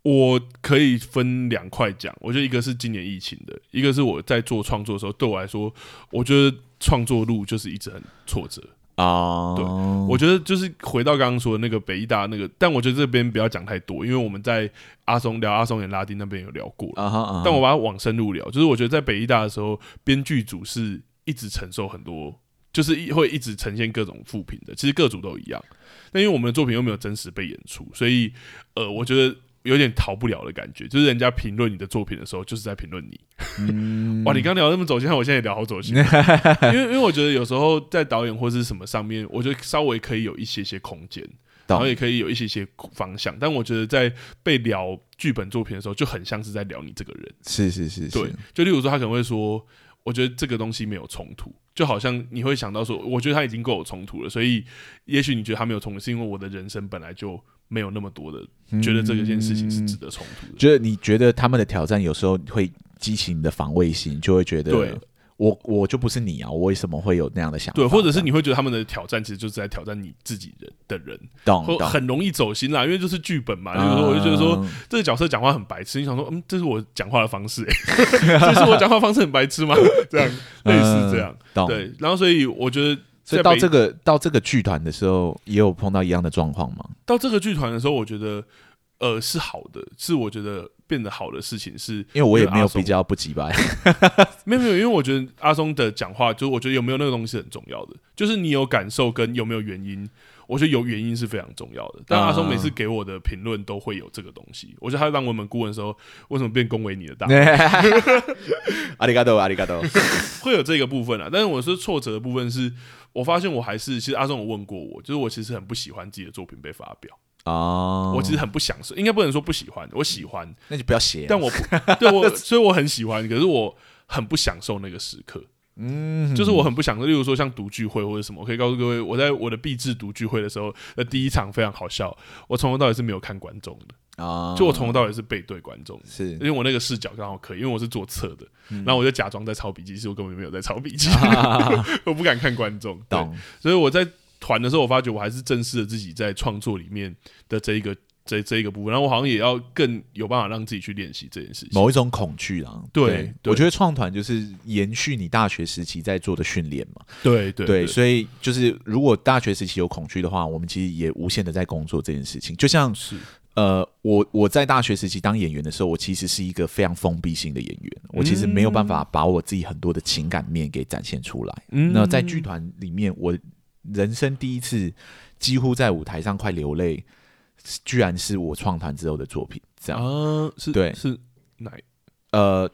[SPEAKER 2] 我可以分两块讲，我觉得一个是今年疫情的，一个是我在做创作的时候，对我来说，我觉得创作路就是一直很挫折。
[SPEAKER 1] 啊，
[SPEAKER 2] 对我觉得就是回到刚刚说的那个北医大那个，但我觉得这边不要讲太多，因为我们在阿松聊阿松演拉丁那边有聊过，
[SPEAKER 1] 啊哈啊哈，
[SPEAKER 2] 但我把它往深入聊，就是我觉得在北医大的时候，编剧组是一直承受很多，就是一会一直呈现各种负评的，其实各组都一样。那因为我们的作品又没有真实被演出，所以呃，我觉得。有点逃不了的感觉，就是人家评论你的作品的时候，就是在评论你。
[SPEAKER 1] 嗯
[SPEAKER 2] 哇，你刚聊得那么走心，害我现在也聊好走心。啊 因为因为我觉得有时候在导演或是什么上面，我觉得稍微可以有一些些空间，然后
[SPEAKER 1] 懂
[SPEAKER 2] 也可以有一些些方向。但我觉得在被聊剧本作品的时候，就很像是在聊你这个人。
[SPEAKER 1] 是是是
[SPEAKER 2] 对
[SPEAKER 1] 是，，
[SPEAKER 2] 就例如说，他可能会说，我觉得这个东西没有冲突，就好像你会想到说，我觉得他已经够有冲突了，所以也许你觉得他没有冲突，是因为我的人生本来就没有那么多的，觉得这个件事情是值
[SPEAKER 1] 嗯
[SPEAKER 2] 得冲突的。
[SPEAKER 1] 觉得你觉得他们的挑战有时候会激起你的防卫心，就会觉得
[SPEAKER 2] 对
[SPEAKER 1] 我我就不是你啊，我为什么会有那样的想法？
[SPEAKER 2] 对，或者是你会觉得他们的挑战其实就是在挑战你自己人的人，
[SPEAKER 1] 懂
[SPEAKER 2] 或
[SPEAKER 1] 懂，
[SPEAKER 2] 很容易走心啦，因为就是剧本嘛。就是说，我就觉得说，
[SPEAKER 1] 嗯，
[SPEAKER 2] 这个角色讲话很白痴，你想说，嗯，这是我讲话的方式、欸， 这是我讲话方式很白痴吗？这样类似这样，
[SPEAKER 1] 嗯懂。
[SPEAKER 2] 对。然后所以我觉得
[SPEAKER 1] 所
[SPEAKER 2] 在北，
[SPEAKER 1] 以到这个到这个剧团的时候，也有碰到一样的状况吗？
[SPEAKER 2] 到这个剧团的时候，我觉得呃是好的，是我觉得变得好的事情是，
[SPEAKER 1] 因为我也没有
[SPEAKER 2] 阿松
[SPEAKER 1] 比较不 急吧，
[SPEAKER 2] 啊没有没有，因为我觉得阿松的讲话，就是我觉得有没有那个东西是很重要的，就是你有感受跟有没有原因。我觉得有原因是非常重要的，但阿松每次给我的评论都会有这个东西。我觉得他当文本顾问的时候，为什么变恭维你的大
[SPEAKER 1] 阿里嘎多阿里嘎多，
[SPEAKER 2] 会有这个部分啊。但是我是挫折的部分是，我发现我还是其实阿松有问过我，就是我其实很不喜欢自己的作品被发表，
[SPEAKER 1] 哦，
[SPEAKER 2] 我其实很不享受，应该不能说不喜欢，我喜欢，
[SPEAKER 1] 那就不要写啊，
[SPEAKER 2] 但我不 对我，所以我很喜欢，可是我很不享受那个时刻。
[SPEAKER 1] 嗯，
[SPEAKER 2] 就是我很不享受，例如说像读聚会或者什么，我可以告诉各位，我在我的毕制读聚会的时候的第一场非常好笑，我从头到尾是没有看观众的，
[SPEAKER 1] 啊，
[SPEAKER 2] 就我从头到尾是背对观众的，
[SPEAKER 1] 是
[SPEAKER 2] 因为我那个视角刚好可以，因为我是坐侧的，
[SPEAKER 1] 嗯
[SPEAKER 2] 然后我就假装在抄笔记，其实我根本没有在抄笔 记，我不敢看观众。对，
[SPEAKER 1] 懂
[SPEAKER 2] 所以我在团的时候，我发觉我还是正视了自己在创作里面的这一个这这一个部分，然后我好像也要更有办法让自己去练习这件事情。
[SPEAKER 1] 某一种恐惧啊。
[SPEAKER 2] 对对
[SPEAKER 1] 我觉得创团就是延续你大学时期在做的训练嘛。
[SPEAKER 2] 对对
[SPEAKER 1] 对，所以就是如果大学时期有恐惧的话，我们其实也无限的在工作这件事情。就像
[SPEAKER 2] 是
[SPEAKER 1] 呃，我我在大学时期当演员的时候，我其实是一个非常封闭性的演员，
[SPEAKER 2] 嗯
[SPEAKER 1] 我其实没有办法把我自己很多的情感面给展现出来。
[SPEAKER 2] 嗯
[SPEAKER 1] 那在剧团里面，我人生第一次几乎在舞台上快流泪，居然是我创团之后的作品。这样，
[SPEAKER 2] 啊是
[SPEAKER 1] 对
[SPEAKER 2] 是哪一
[SPEAKER 1] 呃，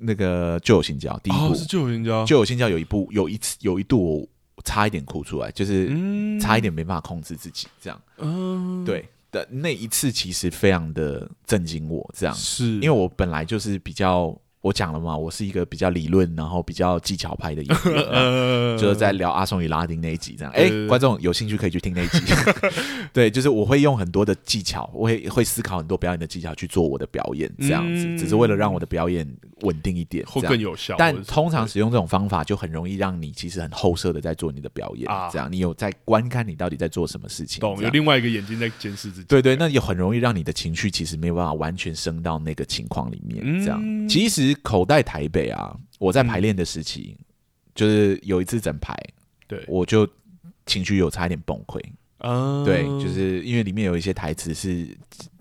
[SPEAKER 1] 那个就有新教第一
[SPEAKER 2] 哦
[SPEAKER 1] 部，
[SPEAKER 2] 是救援家
[SPEAKER 1] 就有新教有一部有一次有一度我差一点哭出来，就是
[SPEAKER 2] 嗯
[SPEAKER 1] 差一点没办法控制自己，这样
[SPEAKER 2] 嗯
[SPEAKER 1] 对的那一次其实非常的震惊我，这样，
[SPEAKER 2] 是
[SPEAKER 1] 因为我本来就是比较我讲了嘛，我是一个比较理论，然后比较技巧派的演 员那
[SPEAKER 2] 呃，
[SPEAKER 1] 就是在聊阿松与拉丁那一集这样。哎、
[SPEAKER 2] 对对对
[SPEAKER 1] 观众有兴趣可以去听那 一集。对，就是我会用很多的技巧，我会会思考很多表演的技巧去做我的表演，这样子，
[SPEAKER 2] 嗯
[SPEAKER 1] 只是为了让我的表演稳定一点，
[SPEAKER 2] 会
[SPEAKER 1] 这
[SPEAKER 2] 更
[SPEAKER 1] 样。
[SPEAKER 2] 有效。
[SPEAKER 1] 但
[SPEAKER 2] 或者是
[SPEAKER 1] 通常使用这种方法，就很容易让你其实很后设的在做你的表演
[SPEAKER 2] 啊，
[SPEAKER 1] 这样你有在观看你到底在做什么事情，
[SPEAKER 2] 懂
[SPEAKER 1] 这
[SPEAKER 2] 有
[SPEAKER 1] 样
[SPEAKER 2] 另外一个眼睛在监视自己。
[SPEAKER 1] 对对，那也很容易让你的情绪其实没有办法完全升到那个情况里面。这样，
[SPEAKER 2] 嗯
[SPEAKER 1] 其实口袋台北啊，我在排练的时期，就是有一次整排，
[SPEAKER 2] 对，
[SPEAKER 1] 我就情绪有差一点崩溃。
[SPEAKER 2] 嗯，
[SPEAKER 1] 对，就是因为里面有一些台词是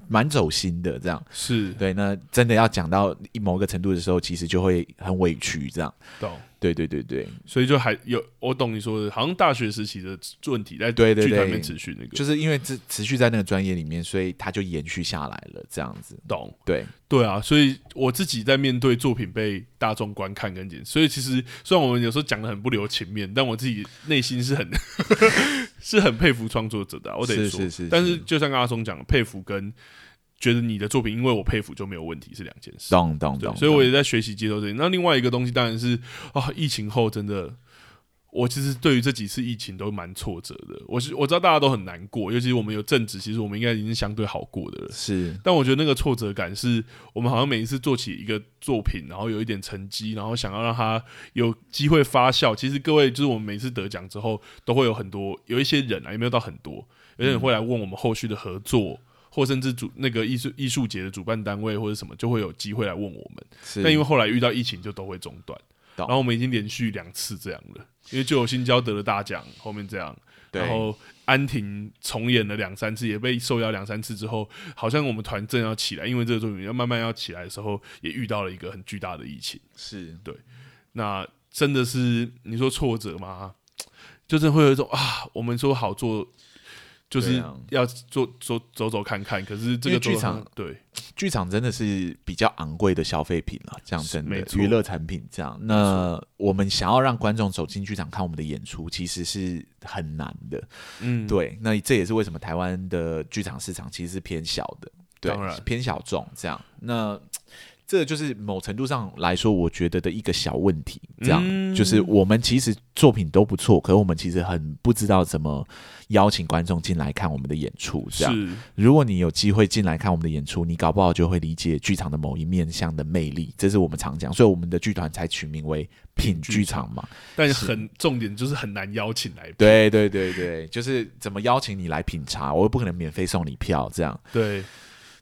[SPEAKER 1] 蛮走心的，这样。
[SPEAKER 2] 是
[SPEAKER 1] 对，那真的要讲到一某个程度的时候，其实就会很委屈，这样。
[SPEAKER 2] 懂。
[SPEAKER 1] 对对对对，
[SPEAKER 2] 所以就还有，我懂你说的，好像大学时期的问题在
[SPEAKER 1] 对对
[SPEAKER 2] 剧团
[SPEAKER 1] 对
[SPEAKER 2] 里面持续那个，
[SPEAKER 1] 就是因为这持续在那个专业里面，所以它就延续下来了，这样子。
[SPEAKER 2] 懂。
[SPEAKER 1] 对，
[SPEAKER 2] 对啊，所以我自己在面对作品被大众观看跟检，所以其实虽然我们有时候讲的很不留情面，但我自己内心是很 是很佩服创作者的啊、我得说，
[SPEAKER 1] 是是是
[SPEAKER 2] 但
[SPEAKER 1] 是
[SPEAKER 2] 是就像刚刚阿松讲的，佩服跟觉得你的作品因为我佩服就没有问题是两件事。
[SPEAKER 1] 懂懂
[SPEAKER 2] 对啊
[SPEAKER 1] 懂。，
[SPEAKER 2] 所以我
[SPEAKER 1] 懂
[SPEAKER 2] 也在学习接受这些。那另外一个东西当然是啊，疫情后真的，我其实对于这几次疫情都蛮挫折的。我是我知道大家都很难过，尤其是我们有正职，其实我们应该已经相对好过的了。
[SPEAKER 1] 是
[SPEAKER 2] 但我觉得那个挫折感是我们好像每一次做起一个作品，然后有一点成绩，然后想要让它有机会发酵。其实各位就是我们每次得奖之后，都会有很多有一些人啊，也没有到很多，有些人会来问我们后续的合作，或甚至主那个艺术艺术节的主办单位或者什么，就会有机会来问我们。
[SPEAKER 1] 是。
[SPEAKER 2] 但因为后来遇到疫情，就都会中断。
[SPEAKER 1] 懂
[SPEAKER 2] 然后我们已经连续两次这样了，因为就有新交得了大奖，后面这样，
[SPEAKER 1] 对
[SPEAKER 2] 然后安婷重演了两三次，也被受邀两三次之后，好像我们团正要起来，因为这个作品要慢慢要起来的时候，也遇到了一个很巨大的疫情。
[SPEAKER 1] 是
[SPEAKER 2] 那真的是你说挫折吗？就是会有一种啊，我们说好做，就
[SPEAKER 1] 对
[SPEAKER 2] 是
[SPEAKER 1] 啊
[SPEAKER 2] 要做走走走看看，可是这
[SPEAKER 1] 因
[SPEAKER 2] 个
[SPEAKER 1] 为剧
[SPEAKER 2] 走走看
[SPEAKER 1] 场
[SPEAKER 2] 对
[SPEAKER 1] 剧场真的是比较昂贵的消费品了，讲真的
[SPEAKER 2] 没，错
[SPEAKER 1] 娱乐产品这样。那我们想要让观众走进剧场看我们的演出，其实是很难的。
[SPEAKER 2] 嗯
[SPEAKER 1] 对，那这也是为什么台湾的剧场市场其实是偏小的，对
[SPEAKER 2] 当然，
[SPEAKER 1] 偏小众这样。那这就是某程度上来说，我觉得的一个小问题。这样、
[SPEAKER 2] 嗯
[SPEAKER 1] 就是我们其实作品都不错，可是我们其实很不知道怎么邀请观众进来看我们的演出。这样，
[SPEAKER 2] 是
[SPEAKER 1] 如果你有机会进来看我们的演出，你搞不好就会理解剧场的某一面向的魅力，这是我们常讲，所以我们的剧团才取名为“品剧场”嘛。
[SPEAKER 2] 但很重点就是很难邀请来宾，
[SPEAKER 1] 对对对对，就是怎么邀请你来品茶，我又不可能免费送你票，这样。
[SPEAKER 2] 对，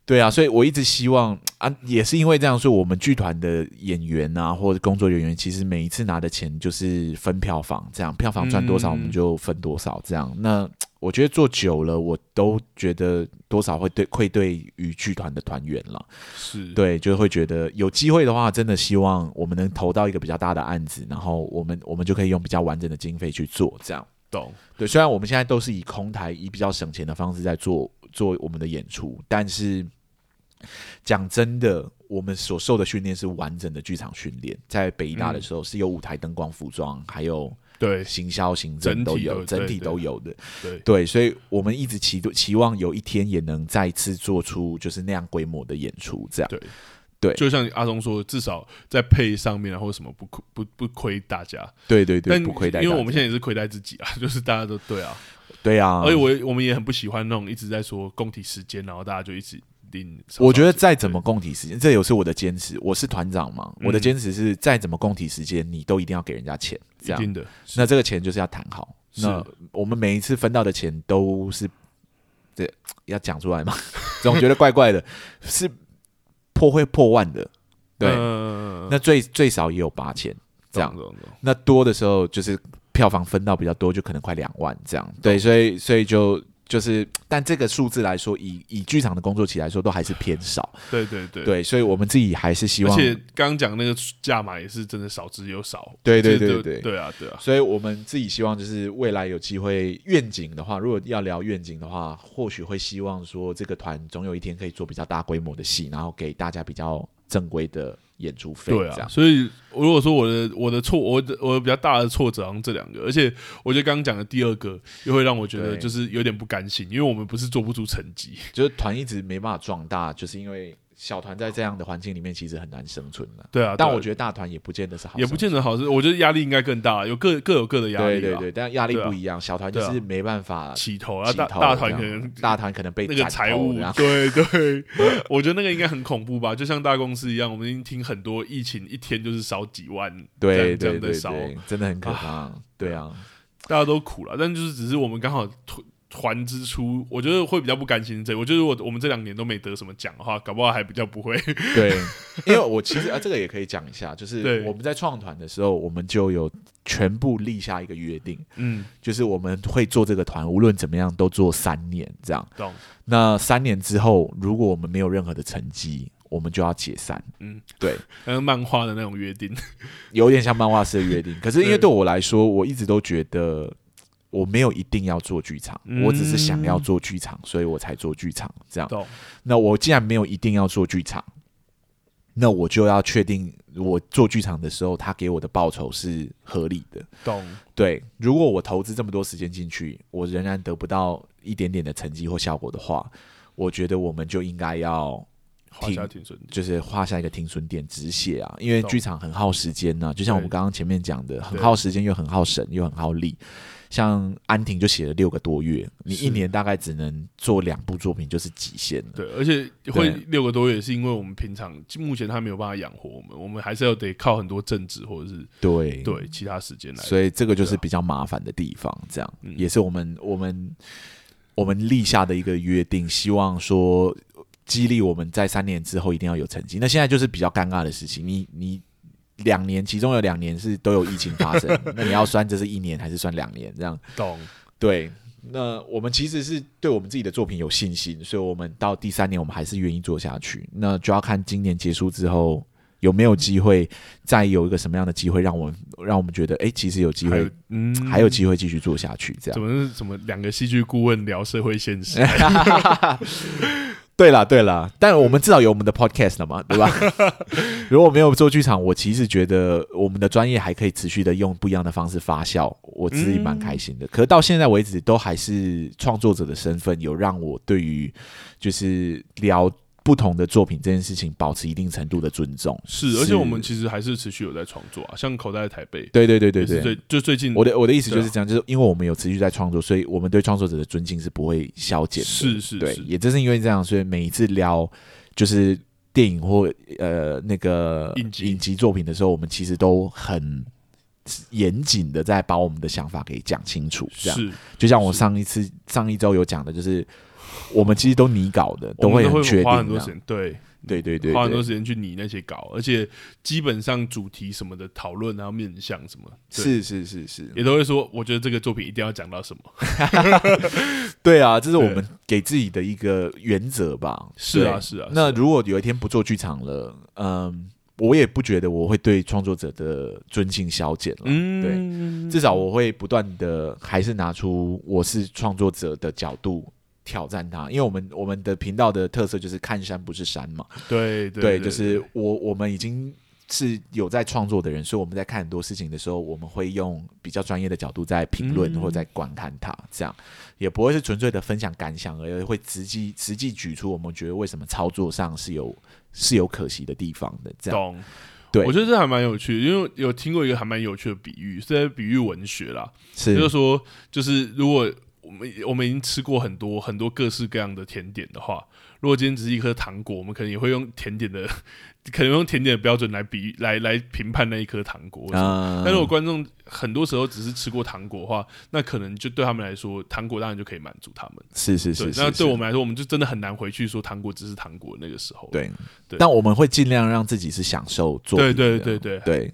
[SPEAKER 1] 对啊，所以我一直希望啊，也是因为这样，所以我们剧团的演员啊，或者工作人员，其实每一次拿的钱就是分票房，这样票房赚多少
[SPEAKER 2] 嗯
[SPEAKER 1] 我们就分多少，这样。那我觉得做久了，我都觉得多少会对愧对于剧团的团员了。
[SPEAKER 2] 是，
[SPEAKER 1] 对，就会觉得有机会的话，真的希望我们能投到一个比较大的案子，然后我们我们就可以用比较完整的经费去做这样。
[SPEAKER 2] 懂，
[SPEAKER 1] 对，虽然我们现在都是以空台以比较省钱的方式在做做我们的演出，但是讲真的，我们所受的训练是完整的剧场训练。在北医大的时候，是有舞台、灯光、服装，还有
[SPEAKER 2] 嗯对，
[SPEAKER 1] 行销、行政都有，
[SPEAKER 2] 整
[SPEAKER 1] 整
[SPEAKER 2] 体
[SPEAKER 1] 体
[SPEAKER 2] 都
[SPEAKER 1] 都有的。
[SPEAKER 2] 对，
[SPEAKER 1] 对，所以我们一直期期望有一天也能再次做出就是那样规模的演出，这样。
[SPEAKER 2] 对
[SPEAKER 1] 对
[SPEAKER 2] 就像阿松说的，至少在配上面啊，或者什么不亏不不亏大家，
[SPEAKER 1] 对对对，
[SPEAKER 2] 但
[SPEAKER 1] 不亏待大家。
[SPEAKER 2] 因为我们现在也是亏待自己啊， 就是大家都对啊，
[SPEAKER 1] 对啊，
[SPEAKER 2] 而且我也我们也很不喜欢那种一直在说供体时间，然后大家就一直领少少钱。
[SPEAKER 1] 我觉得再怎么供体时间，这也是我的坚持。我是团长嘛，
[SPEAKER 2] 嗯
[SPEAKER 1] 我的坚持是再怎么供体时间，你都一定要给人家钱，这
[SPEAKER 2] 一
[SPEAKER 1] 样。
[SPEAKER 2] 定的，
[SPEAKER 1] 那这个钱就是要谈好。
[SPEAKER 2] 是嗯
[SPEAKER 1] 那我们每一次分到的钱都是，这要讲出来嘛， 总觉得怪怪的，是破会破万的。对，
[SPEAKER 2] 嗯
[SPEAKER 1] 那最最少也有八千这样。
[SPEAKER 2] 懂懂懂
[SPEAKER 1] 那多的时候就是票房分到比较多，就可能快两万这样。对，所以所以就就是，但这个数字来说，以以剧场的工作期来说，都还是偏少。
[SPEAKER 2] 对对对。
[SPEAKER 1] 对，所以我们自己还是希
[SPEAKER 2] 而
[SPEAKER 1] 望，
[SPEAKER 2] 且刚刚讲那个价码也是真的少之又少，
[SPEAKER 1] 对对对
[SPEAKER 2] 就是
[SPEAKER 1] 对
[SPEAKER 2] 对啊对啊，
[SPEAKER 1] 所以我们自己希望就是未来有机会愿景的话，如果要聊愿景的话，或许会希望说这个团总有一天可以做比较大规模的戏，然后给大家比较正规的演出费，
[SPEAKER 2] 对
[SPEAKER 1] 这
[SPEAKER 2] 啊，
[SPEAKER 1] 样
[SPEAKER 2] 所以如果说我的我的挫，我的我的比较大的挫折好像这两个，而且我觉得刚刚讲的第二个又会让我觉得
[SPEAKER 1] 对
[SPEAKER 2] 就是有点不甘心，因为我们不是做不出成绩，
[SPEAKER 1] 就是团一直没办法壮大，就是因为小团在这样的环境里面其实很难生存了、
[SPEAKER 2] 对啊，
[SPEAKER 1] 但
[SPEAKER 2] 对啊
[SPEAKER 1] 我觉得大团也不见得啊是好，
[SPEAKER 2] 也不见得好是，我觉得压力应该更大，有各各有各的压力
[SPEAKER 1] 对
[SPEAKER 2] 啦
[SPEAKER 1] 对对，但压力
[SPEAKER 2] 对啊
[SPEAKER 1] 不一样，小团就是没办法
[SPEAKER 2] 起头啊，
[SPEAKER 1] 起
[SPEAKER 2] 大
[SPEAKER 1] 头
[SPEAKER 2] 大团
[SPEAKER 1] 这
[SPEAKER 2] 可
[SPEAKER 1] 样
[SPEAKER 2] 能
[SPEAKER 1] 大团可能被
[SPEAKER 2] 那个
[SPEAKER 1] 斩
[SPEAKER 2] 财
[SPEAKER 1] 头
[SPEAKER 2] 务
[SPEAKER 1] 这样，
[SPEAKER 2] 对对，我觉得那个应该很恐怖吧，就像大公司一样，我们已经听很多疫情一天就是少几万，这
[SPEAKER 1] 对
[SPEAKER 2] 样这
[SPEAKER 1] 对
[SPEAKER 2] 样
[SPEAKER 1] 对
[SPEAKER 2] 的少，
[SPEAKER 1] 对，真的很可怕，对啊，
[SPEAKER 2] 大家都苦了，但就是只是我们刚好团团支出，我觉得会比较不甘心这，我觉得如果我们这两年都没得什么奖的话，搞不好还比较不会，
[SPEAKER 1] 对，因为我其实啊，这个也可以讲一下，就是
[SPEAKER 2] 啊对
[SPEAKER 1] 我们在创团的时候，我们就有全部立下一个约定，
[SPEAKER 2] 嗯，
[SPEAKER 1] 就是我们会做这个团，无论怎么样都做三年这样。
[SPEAKER 2] 懂，
[SPEAKER 1] 那三年之后，如果我们没有任何的成绩，我们就要解散。
[SPEAKER 2] 嗯，
[SPEAKER 1] 对，
[SPEAKER 2] 像漫画的那种 约定，
[SPEAKER 1] 有点像漫画式的约定。可是因为
[SPEAKER 2] 对
[SPEAKER 1] 对我来说，我一直都觉得我没有一定要做剧场，
[SPEAKER 2] 嗯
[SPEAKER 1] 我只是想要做剧场，所以我才做剧场这样。
[SPEAKER 2] 懂，
[SPEAKER 1] 那我既然没有一定要做剧场，那我就要确定我做剧场的时候，他给我的报酬是合理的。
[SPEAKER 2] 懂，
[SPEAKER 1] 对，如果我投资这么多时间进去，我仍然得不到一点点的成绩或效果的话，我觉得我们就应该要
[SPEAKER 2] 画
[SPEAKER 1] 挺
[SPEAKER 2] 下挺顺利，
[SPEAKER 1] 就是画下一个停损点止血啊，因为
[SPEAKER 2] 懂
[SPEAKER 1] 剧场很耗时间呐、就像我们
[SPEAKER 2] 对
[SPEAKER 1] 刚刚前面讲的，很
[SPEAKER 2] 对
[SPEAKER 1] 耗时间又很耗神又很耗力。像安婷就写了六个多月，你
[SPEAKER 2] 是
[SPEAKER 1] 一年大概只能做两部作品，就是极限了。
[SPEAKER 2] 对，而且会
[SPEAKER 1] 对
[SPEAKER 2] 六个多月，是因为我们平常目前他没有办法养活我们，我们还是要得靠很多政治或者是
[SPEAKER 1] 对
[SPEAKER 2] 对其他时间
[SPEAKER 1] 嗯
[SPEAKER 2] 来。
[SPEAKER 1] 所以这个就是
[SPEAKER 2] 对啊
[SPEAKER 1] 比较麻烦的地方，这样、
[SPEAKER 2] 嗯
[SPEAKER 1] 也是我们我们我们立下的一个约定，希望说激励我们在三年之后一定要有成绩。那现在就是比较尴尬的事情，你你两年，其中有两年是都有疫情发生， 那你要算这是一年还是算两年？这样
[SPEAKER 2] 懂，
[SPEAKER 1] 对。那我们其实是对我们自己的作品有信心，所以我们到第三年我们还是愿意做下去。那就要看今年结束之后有没有机会，再有一个什么样的机会让我们让我们觉得，哎，其实有机
[SPEAKER 2] 还
[SPEAKER 1] 会
[SPEAKER 2] 有嗯，
[SPEAKER 1] 还有机会继续做下去，这
[SPEAKER 2] 怎
[SPEAKER 1] 样。
[SPEAKER 2] 么是怎么两个戏剧顾问聊社会现 实？
[SPEAKER 1] 对啦，对啦，但我们
[SPEAKER 2] 嗯
[SPEAKER 1] 至少有我们的 podcast 了嘛，对 吧？如果没有做剧场，我其实觉得我们的专业还可以持续的用不一样的方式发酵，我自己蛮开心
[SPEAKER 2] 嗯
[SPEAKER 1] 的。可是到现在为止，都还是创作者的身份，有让我对于就是聊不同的作品这件事情保持一定程度的尊重。
[SPEAKER 2] 是，而且我们其实还是持续有在创作啊，像口袋台北，
[SPEAKER 1] 对对对对
[SPEAKER 2] 也是
[SPEAKER 1] 对，
[SPEAKER 2] 最就最近啊
[SPEAKER 1] 我的我的意思就是这样，就是因为我们有持续在创作，所以我们对创作者的尊敬是不会消减的。
[SPEAKER 2] 是是
[SPEAKER 1] 对，
[SPEAKER 2] 是，
[SPEAKER 1] 也正是因为这样，所以每一次聊就是电影或呃那个
[SPEAKER 2] 影集
[SPEAKER 1] 作品的时候，我们其实都很严谨的在把我们的想法给讲清楚。这样，
[SPEAKER 2] 是
[SPEAKER 1] 就像我
[SPEAKER 2] 是
[SPEAKER 1] 上一次上一周有讲的，就是我们其实都拟稿的，
[SPEAKER 2] 我们
[SPEAKER 1] 会
[SPEAKER 2] 都
[SPEAKER 1] 很确
[SPEAKER 2] 花
[SPEAKER 1] 定
[SPEAKER 2] 很多时
[SPEAKER 1] 的。
[SPEAKER 2] 间，对
[SPEAKER 1] 对对对
[SPEAKER 2] 花很多
[SPEAKER 1] 对，
[SPEAKER 2] 时间去拟那些稿，而且基本上主题什么的讨论，然后面向什么，对
[SPEAKER 1] 是是是是，
[SPEAKER 2] 也都会说，我觉得这个作品一定要讲到什么。
[SPEAKER 1] 对啊，这是我
[SPEAKER 2] 对
[SPEAKER 1] 们给自己的一个原则吧。
[SPEAKER 2] 是啊，
[SPEAKER 1] 对
[SPEAKER 2] 是啊。
[SPEAKER 1] 那
[SPEAKER 2] 是啊
[SPEAKER 1] 如果有一天不做剧场了，嗯，我也不觉得我会对创作者的尊敬消减了。
[SPEAKER 2] 嗯，
[SPEAKER 1] 至少我会不断的还是拿出我是创作者的角度挑战它，因为我们我们的频道的特色就是看山不是山嘛，
[SPEAKER 2] 对对对，
[SPEAKER 1] 就是我我们已经。是有在创作的人，所以我们在看很多事情的时候，我们会用比较专业的角度在评论
[SPEAKER 2] 嗯
[SPEAKER 1] 或者在观看它，这样也不会是纯粹的分享感想，而会实际实际举出我们觉得为什么操作上是有是有可惜的地方的，这样
[SPEAKER 2] 懂。
[SPEAKER 1] 对
[SPEAKER 2] 我觉得这还蛮有趣的，因为有听过一个还蛮有趣的比喻，是在比喻文学啦，就是
[SPEAKER 1] 是
[SPEAKER 2] 说，就是如果我们我们已经吃过很多很多各式各样的甜点的话，如果今天只是一颗糖果，我们可能也会用甜点的，可能用甜点的标准来比喻来来评判那一颗糖果。
[SPEAKER 1] 嗯
[SPEAKER 2] 哎但如果观众很多时候只是吃过糖果的话，那可能就对他们来说，糖果当然就可以满足他们。
[SPEAKER 1] 是是
[SPEAKER 2] 对
[SPEAKER 1] 是，，
[SPEAKER 2] 那
[SPEAKER 1] 是
[SPEAKER 2] 对我们来说，我们就真的很难回去说糖果只是糖果那个时候，，
[SPEAKER 1] 对，
[SPEAKER 2] 对
[SPEAKER 1] 但我们会尽量让自己是享受作品的。
[SPEAKER 2] 对对对对
[SPEAKER 1] 对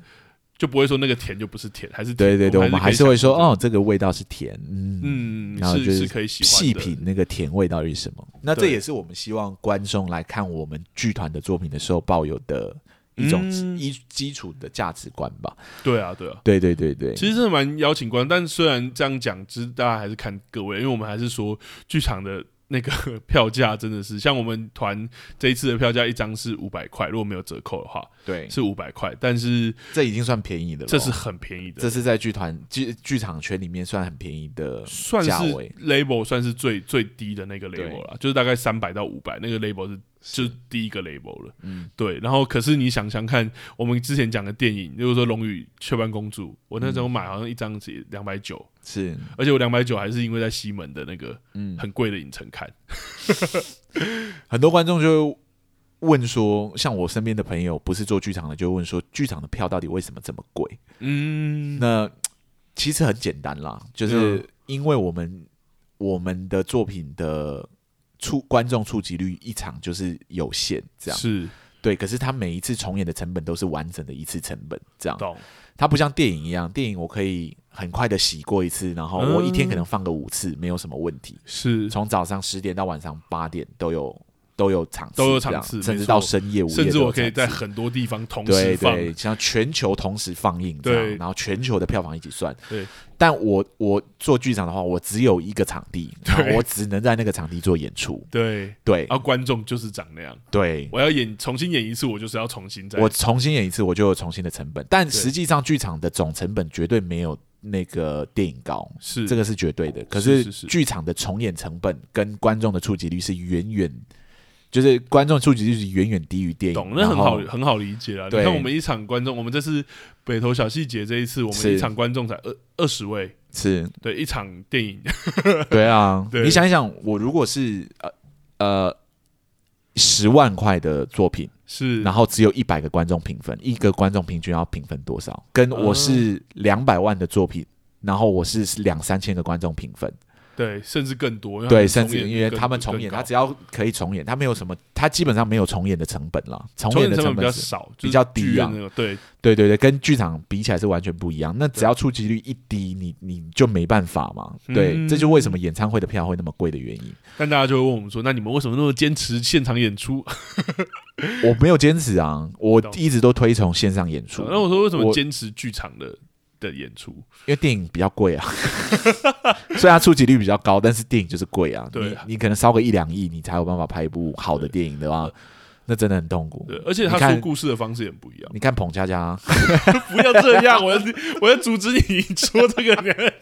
[SPEAKER 2] 就不会说那个甜就不是甜，还是
[SPEAKER 1] 对
[SPEAKER 2] 甜
[SPEAKER 1] 对对，我们还
[SPEAKER 2] 还
[SPEAKER 1] 是会说，
[SPEAKER 2] 哦，
[SPEAKER 1] 哦，这个味道是甜，嗯，
[SPEAKER 2] 嗯，
[SPEAKER 1] 然后
[SPEAKER 2] 是
[SPEAKER 1] 就是
[SPEAKER 2] 可以喜
[SPEAKER 1] 细
[SPEAKER 2] 欢的，
[SPEAKER 1] 品那个甜味到底是什么？那这
[SPEAKER 2] 对
[SPEAKER 1] 也是我们希望观众来看我们剧团的作品的时候抱有的一种
[SPEAKER 2] 嗯
[SPEAKER 1] 基基础的价值观吧。
[SPEAKER 2] 对啊，对啊。
[SPEAKER 1] 对对对对，
[SPEAKER 2] 其实是蛮邀请观众，但虽然这样讲，其实大家还是看各位，因为我们还是说剧场的那个票价真的是，像我们团这一次的票价一张是五百块，如果没有折扣的话
[SPEAKER 1] 对，
[SPEAKER 2] 是五百块，但是
[SPEAKER 1] 这已经算便宜的了。哦
[SPEAKER 2] 这是很便宜的，
[SPEAKER 1] 这是在剧团剧剧场圈里面算很便宜的
[SPEAKER 2] 算是
[SPEAKER 1] 价位
[SPEAKER 2] label 算是最最低的那个
[SPEAKER 1] 对
[SPEAKER 2] label 啦，就是大概三百到五百，那个 label 是就是第一个 label 了。嗯，对。然后可是你想想看，我们之前讲的电影，比如说《龙与雀斑公主》，我那时
[SPEAKER 1] 嗯
[SPEAKER 2] 候买好像一张只两百九，
[SPEAKER 1] 是，
[SPEAKER 2] 而且我两百九还是因为在西门的那个
[SPEAKER 1] 嗯，
[SPEAKER 2] 很贵的影城看。
[SPEAKER 1] 很多观众就会问说，像我身边的朋友不是做剧场的，就会问说，剧场的票到底为什么这么贵？
[SPEAKER 2] 嗯，
[SPEAKER 1] 那其实很简单啦，就是因为我们我们的作品的触观众触及率一场就是有限，这样
[SPEAKER 2] 是
[SPEAKER 1] 对。可是他每一次重演的成本都是完整的一次成本，这样。
[SPEAKER 2] 懂，
[SPEAKER 1] 它不像电影一样，电影我可以很快的洗过一次，然后
[SPEAKER 2] 嗯
[SPEAKER 1] 我一天可能放个五次，没有什么问题。
[SPEAKER 2] 是
[SPEAKER 1] 从早上十点到晚上八点都有都有场次，
[SPEAKER 2] 都有场
[SPEAKER 1] 这样
[SPEAKER 2] 次
[SPEAKER 1] 甚
[SPEAKER 2] 没
[SPEAKER 1] 至
[SPEAKER 2] 错
[SPEAKER 1] 到深夜午夜都有
[SPEAKER 2] 甚
[SPEAKER 1] 场次，
[SPEAKER 2] 至我可以在很多地方同时
[SPEAKER 1] 对
[SPEAKER 2] 放。
[SPEAKER 1] 对，像全球同时放映这
[SPEAKER 2] 对
[SPEAKER 1] 样，然后全球的票房一起算。
[SPEAKER 2] 对，
[SPEAKER 1] 但我我做剧场的话，我只有一个场地，
[SPEAKER 2] 对
[SPEAKER 1] 然后我只能在那个场地做演出。
[SPEAKER 2] 对，
[SPEAKER 1] 对
[SPEAKER 2] 然后观众就是长那样。
[SPEAKER 1] 对，
[SPEAKER 2] 我要演重新演一次，我就是要重新再
[SPEAKER 1] 我重新演一次，我就有重新的成本，但实际上剧场的总成本绝对没有那个电影高。
[SPEAKER 2] 是
[SPEAKER 1] 这个是绝对的，可
[SPEAKER 2] 是
[SPEAKER 1] 是
[SPEAKER 2] 是是
[SPEAKER 1] 剧场的重演成本跟观众的触及率是远远，就是观众触及率是远远低于电影。
[SPEAKER 2] 懂，那很好
[SPEAKER 1] 然后
[SPEAKER 2] 很好理解啊啦。你
[SPEAKER 1] 对
[SPEAKER 2] 看我们一场观众，我们这次北投小细节这一次，我们
[SPEAKER 1] 是
[SPEAKER 2] 一场观众才二二十位，
[SPEAKER 1] 是
[SPEAKER 2] 对，一场电影
[SPEAKER 1] 对啊
[SPEAKER 2] ，对
[SPEAKER 1] 你想一想，我如果是呃呃十万块的作品，
[SPEAKER 2] 是
[SPEAKER 1] 然后只有一百个观众评分，一个观众平均要评分多少？跟我
[SPEAKER 2] 嗯
[SPEAKER 1] 是两百万的作品。然后我是两三千个观众评分，
[SPEAKER 2] 对，甚至更多，因为
[SPEAKER 1] 对，
[SPEAKER 2] 他
[SPEAKER 1] 甚
[SPEAKER 2] 们重
[SPEAKER 1] 至
[SPEAKER 2] 演
[SPEAKER 1] 因为
[SPEAKER 2] 更
[SPEAKER 1] 他们重演，
[SPEAKER 2] 更
[SPEAKER 1] 他
[SPEAKER 2] 高
[SPEAKER 1] 只要可以重演，他没有什么，他基本上没有重演的成本啦，重
[SPEAKER 2] 重
[SPEAKER 1] 演
[SPEAKER 2] 演
[SPEAKER 1] 的
[SPEAKER 2] 成
[SPEAKER 1] 成
[SPEAKER 2] 本比较
[SPEAKER 1] 本是
[SPEAKER 2] 少，
[SPEAKER 1] 比较低啊
[SPEAKER 2] 就是剧院那个对，
[SPEAKER 1] 对对对，跟剧场比起来是完全不一样。那只要触及率一低，你你就没办法嘛。对，
[SPEAKER 2] 嗯
[SPEAKER 1] 这就为什么演唱会的票会那么贵的原因。
[SPEAKER 2] 但大家就会问我们说，那你们为什么那么坚持现场演出？
[SPEAKER 1] 我没有坚持啊，我
[SPEAKER 2] 懂嗯
[SPEAKER 1] 一直都推崇线上演出，
[SPEAKER 2] 那我说为什么
[SPEAKER 1] 我
[SPEAKER 2] 坚持剧场的的演出？
[SPEAKER 1] 因为电影比较贵啊。 虽然它触及率比较高，但是电影就是贵啊。
[SPEAKER 2] 对啊
[SPEAKER 1] 你你可能烧个一两亿，你才有办法拍一部好的电影的话，那真的很痛苦。
[SPEAKER 2] 对，而且他
[SPEAKER 1] 你看
[SPEAKER 2] 说故事的方式也不一样。
[SPEAKER 1] 你看彭佳啊佳、
[SPEAKER 2] 不要这样， 我要我要阻止你 说这个人。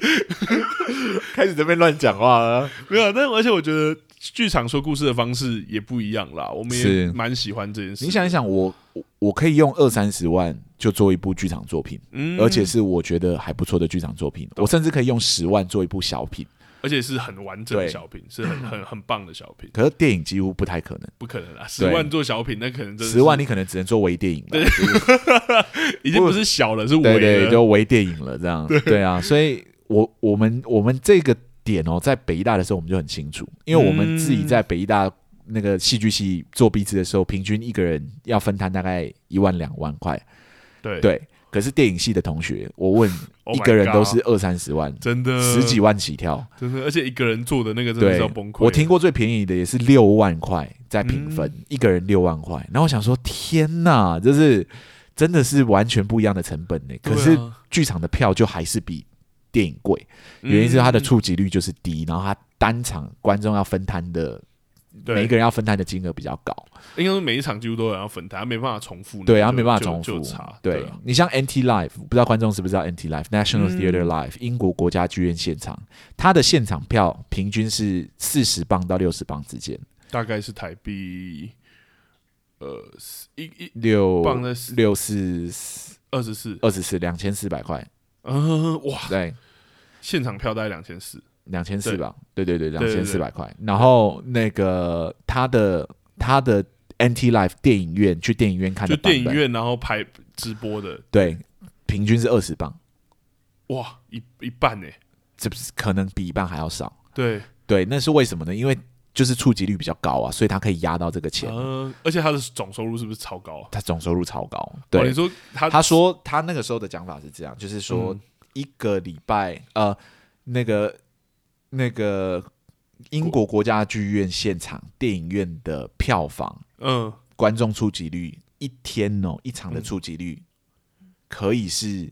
[SPEAKER 1] 开始这边乱讲话了，
[SPEAKER 2] 没有，但而且我觉得剧场说故事的方式也不一样啦，我们也
[SPEAKER 1] 是
[SPEAKER 2] 蛮喜欢这件事。
[SPEAKER 1] 你想一，想，我我我可以用二三十万就做一部剧场作品，
[SPEAKER 2] 嗯
[SPEAKER 1] 而且是我觉得还不错的剧场作品，我甚至可以用十万做一部小品。
[SPEAKER 2] 而且是很完整的
[SPEAKER 1] 对
[SPEAKER 2] 小品，是很很很棒的小品，
[SPEAKER 1] 可是电影几乎不太可能，
[SPEAKER 2] 不可能 啦，十万做小品，那可能真的
[SPEAKER 1] 十万
[SPEAKER 2] 是
[SPEAKER 1] 你可能只能做微电影吧。就是
[SPEAKER 2] 已经不是小了，是
[SPEAKER 1] 对
[SPEAKER 2] 尾
[SPEAKER 1] 对，
[SPEAKER 2] 了。
[SPEAKER 1] 就微电影了这样。对啊，所以我我们我们这个点哦，在北医大的时候我们就很清楚，因为我们自己在北医大那个戏剧系做毕制的时候，平均一个人要分摊大概一万两万块。
[SPEAKER 2] 对
[SPEAKER 1] 对，可是电影系的同学，我问
[SPEAKER 2] Oh my
[SPEAKER 1] 一个人都
[SPEAKER 2] God，
[SPEAKER 1] 是二三十万。
[SPEAKER 2] 真的
[SPEAKER 1] 十几，万起跳，
[SPEAKER 2] 真的，而且一个人做的那个真的
[SPEAKER 1] 对
[SPEAKER 2] 是要崩，溃。
[SPEAKER 1] 我听过最便宜的也是六万块在评分，
[SPEAKER 2] 嗯
[SPEAKER 1] 一个人六万块。然后我想说，天哪，就是真的是完全不一样的成本呢、
[SPEAKER 2] 对
[SPEAKER 1] 可
[SPEAKER 2] 啊，
[SPEAKER 1] 是剧场的票就还是比电影贵，原因是它的触及率就是低，然后它单场观众要分摊的，
[SPEAKER 2] 嗯对
[SPEAKER 1] 每一个人要分摊的金额比较高，
[SPEAKER 2] 应该说每一场几乎都有人要分摊，他没办法重复那个，
[SPEAKER 1] 对，然
[SPEAKER 2] 他
[SPEAKER 1] 后没办法重复
[SPEAKER 2] 嗯就差。。
[SPEAKER 1] 对
[SPEAKER 2] 啊
[SPEAKER 1] 你像 NT Live，不知道观众知不知道 NT Live National
[SPEAKER 2] 嗯
[SPEAKER 1] Theatre Live、英国国家剧院现场，它的现场票平均是四十磅到六十磅之间，
[SPEAKER 2] 大概是台币，呃，一一
[SPEAKER 1] 六
[SPEAKER 2] 磅的
[SPEAKER 1] 六四
[SPEAKER 2] 二十四，
[SPEAKER 1] 二十四两千四百块，
[SPEAKER 2] 嗯，哇，
[SPEAKER 1] 对。
[SPEAKER 2] 现场票大概两千四，
[SPEAKER 1] 两千
[SPEAKER 2] 对
[SPEAKER 1] 四吧，对对对，
[SPEAKER 2] 对
[SPEAKER 1] 两
[SPEAKER 2] 对
[SPEAKER 1] 千四百块。然后那个他的他的 NT Life 电影院去电影院看
[SPEAKER 2] 就
[SPEAKER 1] 的版
[SPEAKER 2] 电
[SPEAKER 1] 本，
[SPEAKER 2] 影院然后拍直播的，
[SPEAKER 1] 对，平均是二十磅，
[SPEAKER 2] 哇，一一半呢、
[SPEAKER 1] 这不是可能比一半还要少。
[SPEAKER 2] 对，
[SPEAKER 1] 对，那是为什么呢？因为就是触及率比较高啊，所以他可以压到这个钱，
[SPEAKER 2] 嗯，而且他的总收入是不是超高啊？
[SPEAKER 1] 他总收入超高。
[SPEAKER 2] 哦
[SPEAKER 1] 对
[SPEAKER 2] 你，说他
[SPEAKER 1] 他说他那个时候的讲法是这样，就是说
[SPEAKER 2] 嗯
[SPEAKER 1] 一个礼拜呃，那个那个英国国家剧院现场电影院的票房。
[SPEAKER 2] 嗯，
[SPEAKER 1] 观众触及率一天哦，一场的触及率、可以是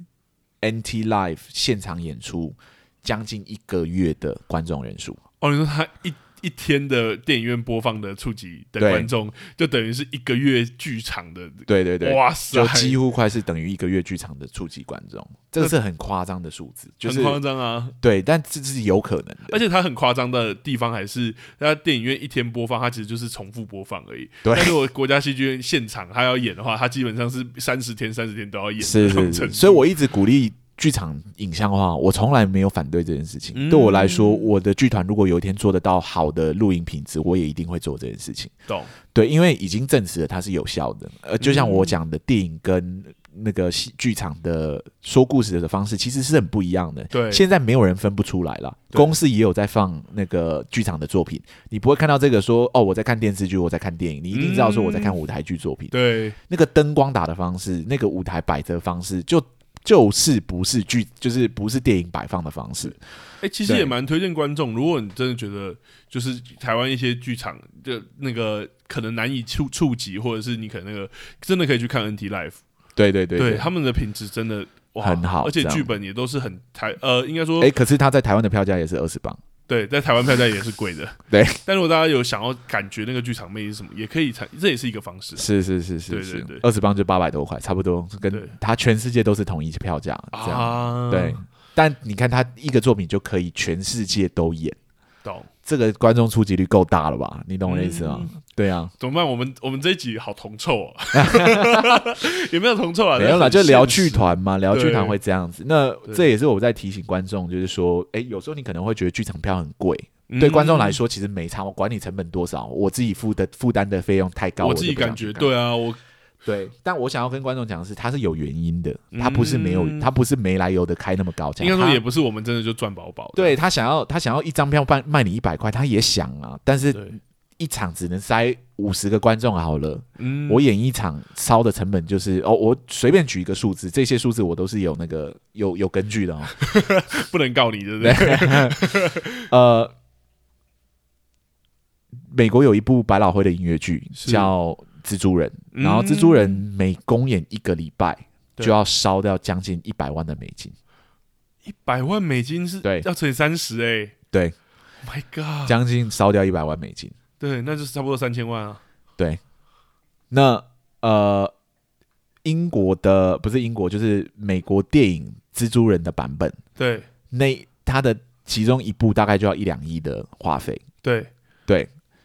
[SPEAKER 1] NT Live 现场演出将近一个月的观众人数。
[SPEAKER 2] 哦，你说他一一天的电影院播放的触及的
[SPEAKER 1] 对
[SPEAKER 2] 观众，就等于是一个月剧场的，
[SPEAKER 1] 对对对，
[SPEAKER 2] 哇塞
[SPEAKER 1] 就，几乎快是等于一个月剧场的触及观众，这个是很夸张的数字，就是
[SPEAKER 2] 很夸张啊！
[SPEAKER 1] 对，但这是有可能的，
[SPEAKER 2] 而且它很夸张的地方还是，它电影院一天播放，它其实就是重复播放而已。
[SPEAKER 1] 对
[SPEAKER 2] 但如果国家戏剧院现场它要演的话，它基本上是三十天、三十天都要演的
[SPEAKER 1] 是
[SPEAKER 2] 那种
[SPEAKER 1] 是是，
[SPEAKER 2] 程度。
[SPEAKER 1] 所以我一直鼓励剧场影像化，我从来没有反对这件事情。
[SPEAKER 2] 嗯
[SPEAKER 1] 对我来说，我的剧团如果有一天做得到好的录影品质，我也一定会做这件事情。
[SPEAKER 2] 懂，
[SPEAKER 1] 对，因为已经证实了它是有效的。呃，就像我讲的，电影跟那个戏剧场的说故事的方式其实是很不一样的。
[SPEAKER 2] 对
[SPEAKER 1] 现在没有人分不出来了。
[SPEAKER 2] 对
[SPEAKER 1] 公司也有在放那个剧场的作品，你不会看到这个说哦，我在看电视剧，我在看电影，你一定知道说我在
[SPEAKER 2] 嗯
[SPEAKER 1] 看舞台剧作品。
[SPEAKER 2] 对，
[SPEAKER 1] 那个灯光打的方式，那个舞台摆的方式，就就是不是剧，就是不是电影摆放的方式。
[SPEAKER 2] 哎、其实
[SPEAKER 1] 对
[SPEAKER 2] 也蛮推荐观众，如果你真的觉得就是台湾一些剧场就那个可能难以触触及，或者是你可能那个真的可以去看 NT Live，
[SPEAKER 1] 对对对
[SPEAKER 2] 对他们的品质真的哇
[SPEAKER 1] 很好
[SPEAKER 2] 而且
[SPEAKER 1] 这样
[SPEAKER 2] 剧本也都是很台呃，应该说、
[SPEAKER 1] 哎、可是他在台湾的票价也是二十磅。。
[SPEAKER 2] 对，在台湾票价也是贵的
[SPEAKER 1] 对，
[SPEAKER 2] 但如果大家有想要感觉那个剧场魅力是什么，也可以参，这也是一个方式
[SPEAKER 1] 是是是是
[SPEAKER 2] 对
[SPEAKER 1] 是
[SPEAKER 2] 对对，
[SPEAKER 1] 二十磅就八百多块，差不多
[SPEAKER 2] 对
[SPEAKER 1] 跟他全世界都是同一票价这样。
[SPEAKER 2] 啊。
[SPEAKER 1] 对，，但你看他一个作品就可以全世界都演，
[SPEAKER 2] 懂。
[SPEAKER 1] 这个观众触及率够大了吧？你懂我的意思吗？
[SPEAKER 2] 嗯
[SPEAKER 1] 对啊，
[SPEAKER 2] 怎么办？我们我们这一集好铜臭 哦，也没有铜臭啊，
[SPEAKER 1] 没有啦，
[SPEAKER 2] 但是
[SPEAKER 1] 就
[SPEAKER 2] 很
[SPEAKER 1] 聊
[SPEAKER 2] 现实
[SPEAKER 1] 剧团嘛，聊剧团
[SPEAKER 2] 对
[SPEAKER 1] 会这样子。那
[SPEAKER 2] 对
[SPEAKER 1] 这也是我在提醒观众，就是说，哎，有时候你可能会觉得剧场票很贵，
[SPEAKER 2] 嗯
[SPEAKER 1] 对观众来说其实没差，我管你成本多少，我自己负的负担的费用太高，
[SPEAKER 2] 嗯我
[SPEAKER 1] 我
[SPEAKER 2] 自
[SPEAKER 1] 就
[SPEAKER 2] 己
[SPEAKER 1] 不想
[SPEAKER 2] 感觉
[SPEAKER 1] 去看
[SPEAKER 2] 对啊，我
[SPEAKER 1] 对。但我想要跟观众讲的是，它是有原因的，它不是没有，
[SPEAKER 2] 嗯
[SPEAKER 1] 它不是没来由的开那么高价，
[SPEAKER 2] 应该说
[SPEAKER 1] 它
[SPEAKER 2] 也不是我们真的就赚饱饱的。
[SPEAKER 1] 对他想要他想要一张票卖卖你一百块，他也想啊，但是
[SPEAKER 2] 对，
[SPEAKER 1] 一场只能塞五十个观众好了。
[SPEAKER 2] 嗯
[SPEAKER 1] 我演一场烧的成本就是哦，我随便举一个数字，这些数字我都是有那个有有根据的哦。
[SPEAKER 2] 不能告你，对不对？
[SPEAKER 1] 呃，美国有一部百老汇的音乐剧
[SPEAKER 2] 是
[SPEAKER 1] 叫《蜘蛛人》，
[SPEAKER 2] 嗯
[SPEAKER 1] 然后《蜘蛛人》每公演一个礼拜
[SPEAKER 2] 对
[SPEAKER 1] 就要烧掉将近一百万的美金，
[SPEAKER 2] 一百万美金是
[SPEAKER 1] 对
[SPEAKER 2] 要乘以三十哎，
[SPEAKER 1] 对
[SPEAKER 2] ，Oh my God，
[SPEAKER 1] 将近烧掉一百万美金。
[SPEAKER 2] 对，那就是差不多三千万啊。
[SPEAKER 1] 那呃，英国的不是英国，就是美国电影《蜘蛛人》的版本，
[SPEAKER 2] 对
[SPEAKER 1] 那它的其中一部大概就要一两亿的花费，
[SPEAKER 2] 对，
[SPEAKER 1] 哦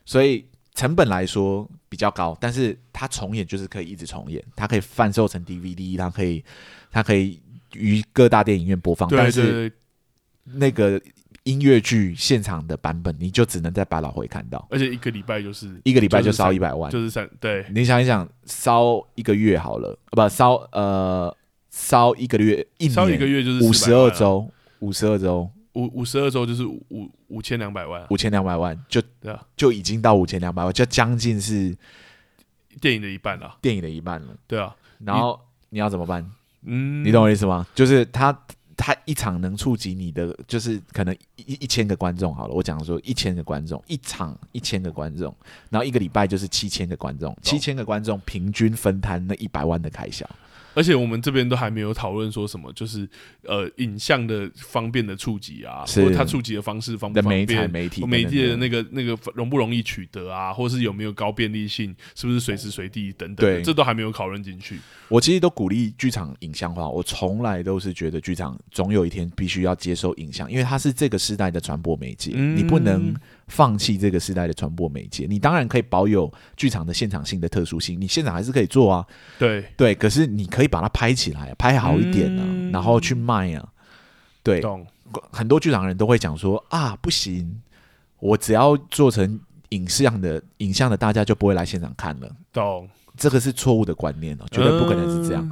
[SPEAKER 1] 所以成本来说比较高，但是它重演就是可以一直重演，它可以贩售成 DVD，它可以它可以于各大电影院播放，
[SPEAKER 2] 对
[SPEAKER 1] 但是
[SPEAKER 2] 对对，
[SPEAKER 1] 那个音乐剧现场的版本，你就只能在百老汇看到，
[SPEAKER 2] 而且一个礼拜就是
[SPEAKER 1] 一个礼拜就烧
[SPEAKER 2] 就是三
[SPEAKER 1] 一百万，
[SPEAKER 2] 就是三对，
[SPEAKER 1] 你想一想，烧一个月好了，呃不烧呃烧一个月一
[SPEAKER 2] 烧一个
[SPEAKER 1] 年
[SPEAKER 2] 月就是
[SPEAKER 1] 五十二
[SPEAKER 2] 400万啊，
[SPEAKER 1] 周，五十二周
[SPEAKER 2] 五五十二周就是五五五千两百万啊，
[SPEAKER 1] 五千两百万就
[SPEAKER 2] 对啊，
[SPEAKER 1] 就已经到五千两百万，就将近是
[SPEAKER 2] 电影的一半啦，
[SPEAKER 1] 电影的一半了。
[SPEAKER 2] 对啊，
[SPEAKER 1] 然后你要怎么办？
[SPEAKER 2] 嗯，
[SPEAKER 1] 你懂我意思吗？就是他他一场能触及你的，就是可能一一千个观众好了，我讲说一千个观众，一场一千个观众，然后一个礼拜就是七千个观众，七千个观众平均分摊那一百万的开销。
[SPEAKER 2] 而且我们这边都还没有讨论说什么，就是呃影像的方便的触及啊，
[SPEAKER 1] 是
[SPEAKER 2] 或者它触及的方式方不
[SPEAKER 1] 的
[SPEAKER 2] 方
[SPEAKER 1] 媒材
[SPEAKER 2] 便。
[SPEAKER 1] 媒体
[SPEAKER 2] 媒
[SPEAKER 1] 等等
[SPEAKER 2] 介的
[SPEAKER 1] 等
[SPEAKER 2] 那个那个容不容易取得啊，或是有没有高便利性，是不是随时随地等等的，
[SPEAKER 1] 对
[SPEAKER 2] 这都还没有讨论进去。
[SPEAKER 1] 我其实都鼓励剧场影像化，我从来都是觉得剧场总有一天必须要接受影像，因为它是这个时代的传播媒介，
[SPEAKER 2] 嗯
[SPEAKER 1] 你不能放弃这个时代的传播媒介。你当然可以保有剧场的现场性的特殊性，你现场还是可以做啊，
[SPEAKER 2] 对，
[SPEAKER 1] 对。可是你可以把它拍起来，拍好一点啊，
[SPEAKER 2] 嗯
[SPEAKER 1] 然后去卖啊。对，
[SPEAKER 2] 懂。
[SPEAKER 1] 很多剧场人都会讲说啊，不行，我只要做成影像的影像的，大家就不会来现场看了。
[SPEAKER 2] 懂，嗯
[SPEAKER 1] 这个是错误的观念哦，绝对不可能是这样。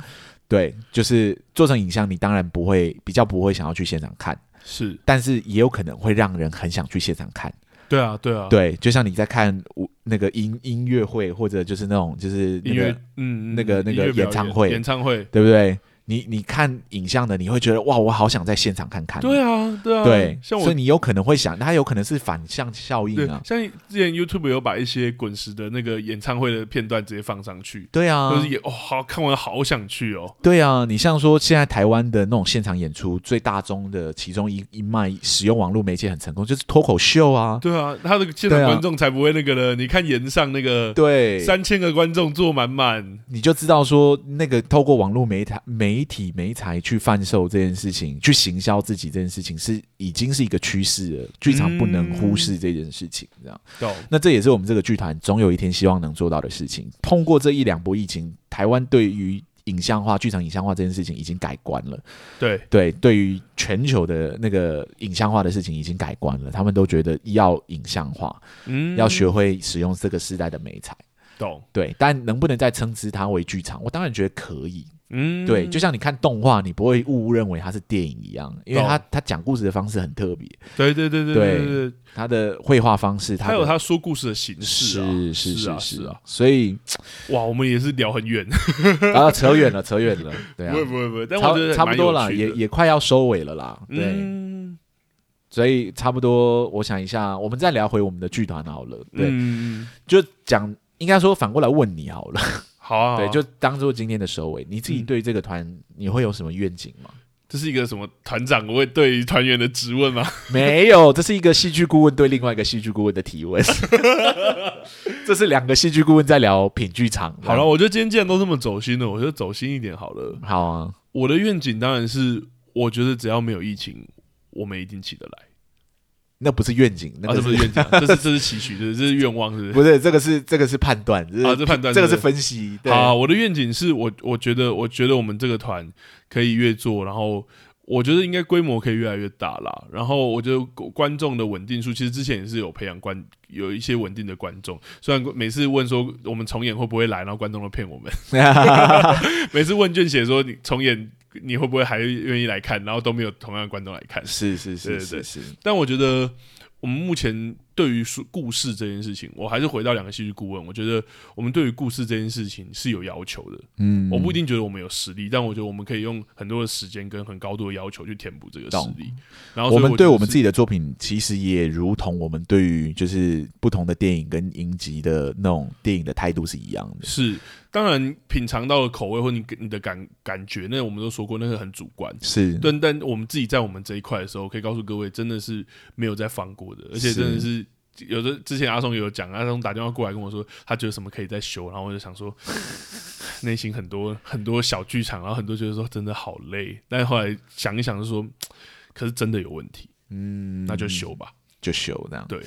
[SPEAKER 1] 对，就是做成影像，你当然不会比较不会想要去现场看，
[SPEAKER 2] 嗯。是，
[SPEAKER 1] 但是也有可能会让人很想去现场看。
[SPEAKER 2] 对啊，对啊，
[SPEAKER 1] 对，就像你在看舞那个音音乐会，或者就是那种就是那
[SPEAKER 2] 音
[SPEAKER 1] 个
[SPEAKER 2] 乐，嗯，嗯
[SPEAKER 1] 那个那个
[SPEAKER 2] 音乐表
[SPEAKER 1] 演唱会
[SPEAKER 2] 演唱会，
[SPEAKER 1] 对不对？你你看影像的，你会觉得哇，我好想在现场看看。
[SPEAKER 2] 对啊，对啊，
[SPEAKER 1] 对，
[SPEAKER 2] 像
[SPEAKER 1] 所
[SPEAKER 2] 我
[SPEAKER 1] 以。你有可能会想，它有可能是反向效
[SPEAKER 2] 对
[SPEAKER 1] 应啊，。
[SPEAKER 2] 像之前 YouTube 有把一些滚石的那个演唱会的片段直接放上去，
[SPEAKER 1] 对啊，
[SPEAKER 2] 就是也哦，好看完好想去哦。
[SPEAKER 1] 对啊，你像说现在台湾的那种现场演出，最大宗的其中一一脉使用网络媒介很成功，就是脱口秀啊。
[SPEAKER 2] 对啊，他的现场
[SPEAKER 1] 对啊
[SPEAKER 2] 观众才不会那个呢。你看岩上那个
[SPEAKER 1] 对，
[SPEAKER 2] 三千个观众坐满满，
[SPEAKER 1] 你就知道说那个透过网络媒体媒体媒材去贩售这件事情，去行销自己这件事情是已经是一个趋势了，剧场不能忽视这件事情，这样。
[SPEAKER 2] 懂？
[SPEAKER 1] 那这也是我们这个剧团总有一天希望能做到的事情。通过这一两波疫情，台湾对于影像化、剧场影像化这件事情已经改观了。
[SPEAKER 2] 对，
[SPEAKER 1] 对，对于全球的那个影像化的事情已经改观了，他们都觉得要影像化，
[SPEAKER 2] 嗯，
[SPEAKER 1] 要学会使用这个时代的美材。
[SPEAKER 2] 懂？
[SPEAKER 1] 对，但能不能再称之它为剧场？我当然觉得可以。
[SPEAKER 2] 嗯，
[SPEAKER 1] 对，就像你看动画，你不会误认为它是电影一样，因为它
[SPEAKER 2] 懂
[SPEAKER 1] 它讲故事的方式很特别，
[SPEAKER 2] 对对对对
[SPEAKER 1] 对
[SPEAKER 2] 对对对，
[SPEAKER 1] 它的绘画方式，它
[SPEAKER 2] 他有
[SPEAKER 1] 的
[SPEAKER 2] 他说故事的形式啊，
[SPEAKER 1] 是是
[SPEAKER 2] 啊
[SPEAKER 1] 是
[SPEAKER 2] 是啊，，
[SPEAKER 1] 所以
[SPEAKER 2] 哇，我们也是聊很远，
[SPEAKER 1] 然后扯远了，扯远了，对
[SPEAKER 2] 不
[SPEAKER 1] 啊，
[SPEAKER 2] 会不会不会，但
[SPEAKER 1] 差
[SPEAKER 2] 我觉得
[SPEAKER 1] 差不多
[SPEAKER 2] 了，
[SPEAKER 1] 啦，也也快要收尾了啦，对。
[SPEAKER 2] 嗯
[SPEAKER 1] 所以差不多，我想一下，我们再聊回我们的剧团好了。对，
[SPEAKER 2] 嗯，
[SPEAKER 1] 就讲，应该说反过来问你好了。
[SPEAKER 2] 好啊，好啊
[SPEAKER 1] 对，就当做今天的收尾。你自己
[SPEAKER 2] 嗯
[SPEAKER 1] 对这个团，你会有什么愿景吗？
[SPEAKER 2] 这是一个什么团长会对团员的 质问吗？啊
[SPEAKER 1] 没有，这是一个戏剧顾问对另外一个戏剧顾问的提 问。这是两个戏剧顾问在聊品剧场。
[SPEAKER 2] 好了，，我觉得今天既然都这么走心了，我就走心一点好了。
[SPEAKER 1] 好啊，
[SPEAKER 2] 我的愿景当然是，我觉得只要没有疫情，我们一定起得来。
[SPEAKER 1] 那不是愿景，那
[SPEAKER 2] 啊，
[SPEAKER 1] 个是、
[SPEAKER 2] 这不是愿景啊，这是这是期许，这是这是愿望，是不 是？
[SPEAKER 1] 不是这个是这个是判断，这是、
[SPEAKER 2] 啊，这判断
[SPEAKER 1] 这个是
[SPEAKER 2] 不
[SPEAKER 1] 分析。对，
[SPEAKER 2] 好，我的愿景是我我觉得我觉得我们这个团可以越做，然后我觉得应该规模可以越来越大啦。然后我觉得观观众的稳定数，其实之前也是有培养观有一些稳定的观众，虽然每次问说我们重演会不会来，然后观众都骗我们， 每次问卷写说你重演你会不会还愿意来看，然后都没有同样的观众来 看。
[SPEAKER 1] 是是是
[SPEAKER 2] 对
[SPEAKER 1] 是
[SPEAKER 2] 对
[SPEAKER 1] 是，
[SPEAKER 2] 但我觉得我们目前对于书故事这件事情，我还是回到两个戏剧顾问，我觉得我们对于故事这件事情是有要求的。
[SPEAKER 1] 嗯
[SPEAKER 2] 我不一定觉得我们有实力，但我觉得我们可以用很多的时间跟很高度的要求去填补这个实
[SPEAKER 1] 懂
[SPEAKER 2] 力。然后，
[SPEAKER 1] 我们对我们自
[SPEAKER 2] 己，
[SPEAKER 1] 己的作品，其实也如同我们对于就是不同的电影跟影集的那种电影的态度是一样的。
[SPEAKER 2] 是当然品尝到的口味或你你的感感觉，那我们都说过，那个很主观。
[SPEAKER 1] 是，
[SPEAKER 2] 但但我们自己在我们这一块的时候，可以告诉各位，真的是没有在放过的，而且
[SPEAKER 1] 是
[SPEAKER 2] 真的是。有的之前阿松也有讲，阿松打电话过来跟我说，他觉得什么可以再修，然后我就想说，内心很多很多小剧场，然后很多觉得说真的好累，但是后来想一想就说，可是真的有问题，
[SPEAKER 1] 嗯
[SPEAKER 2] 那就修吧。
[SPEAKER 1] 就修这样。
[SPEAKER 2] 对，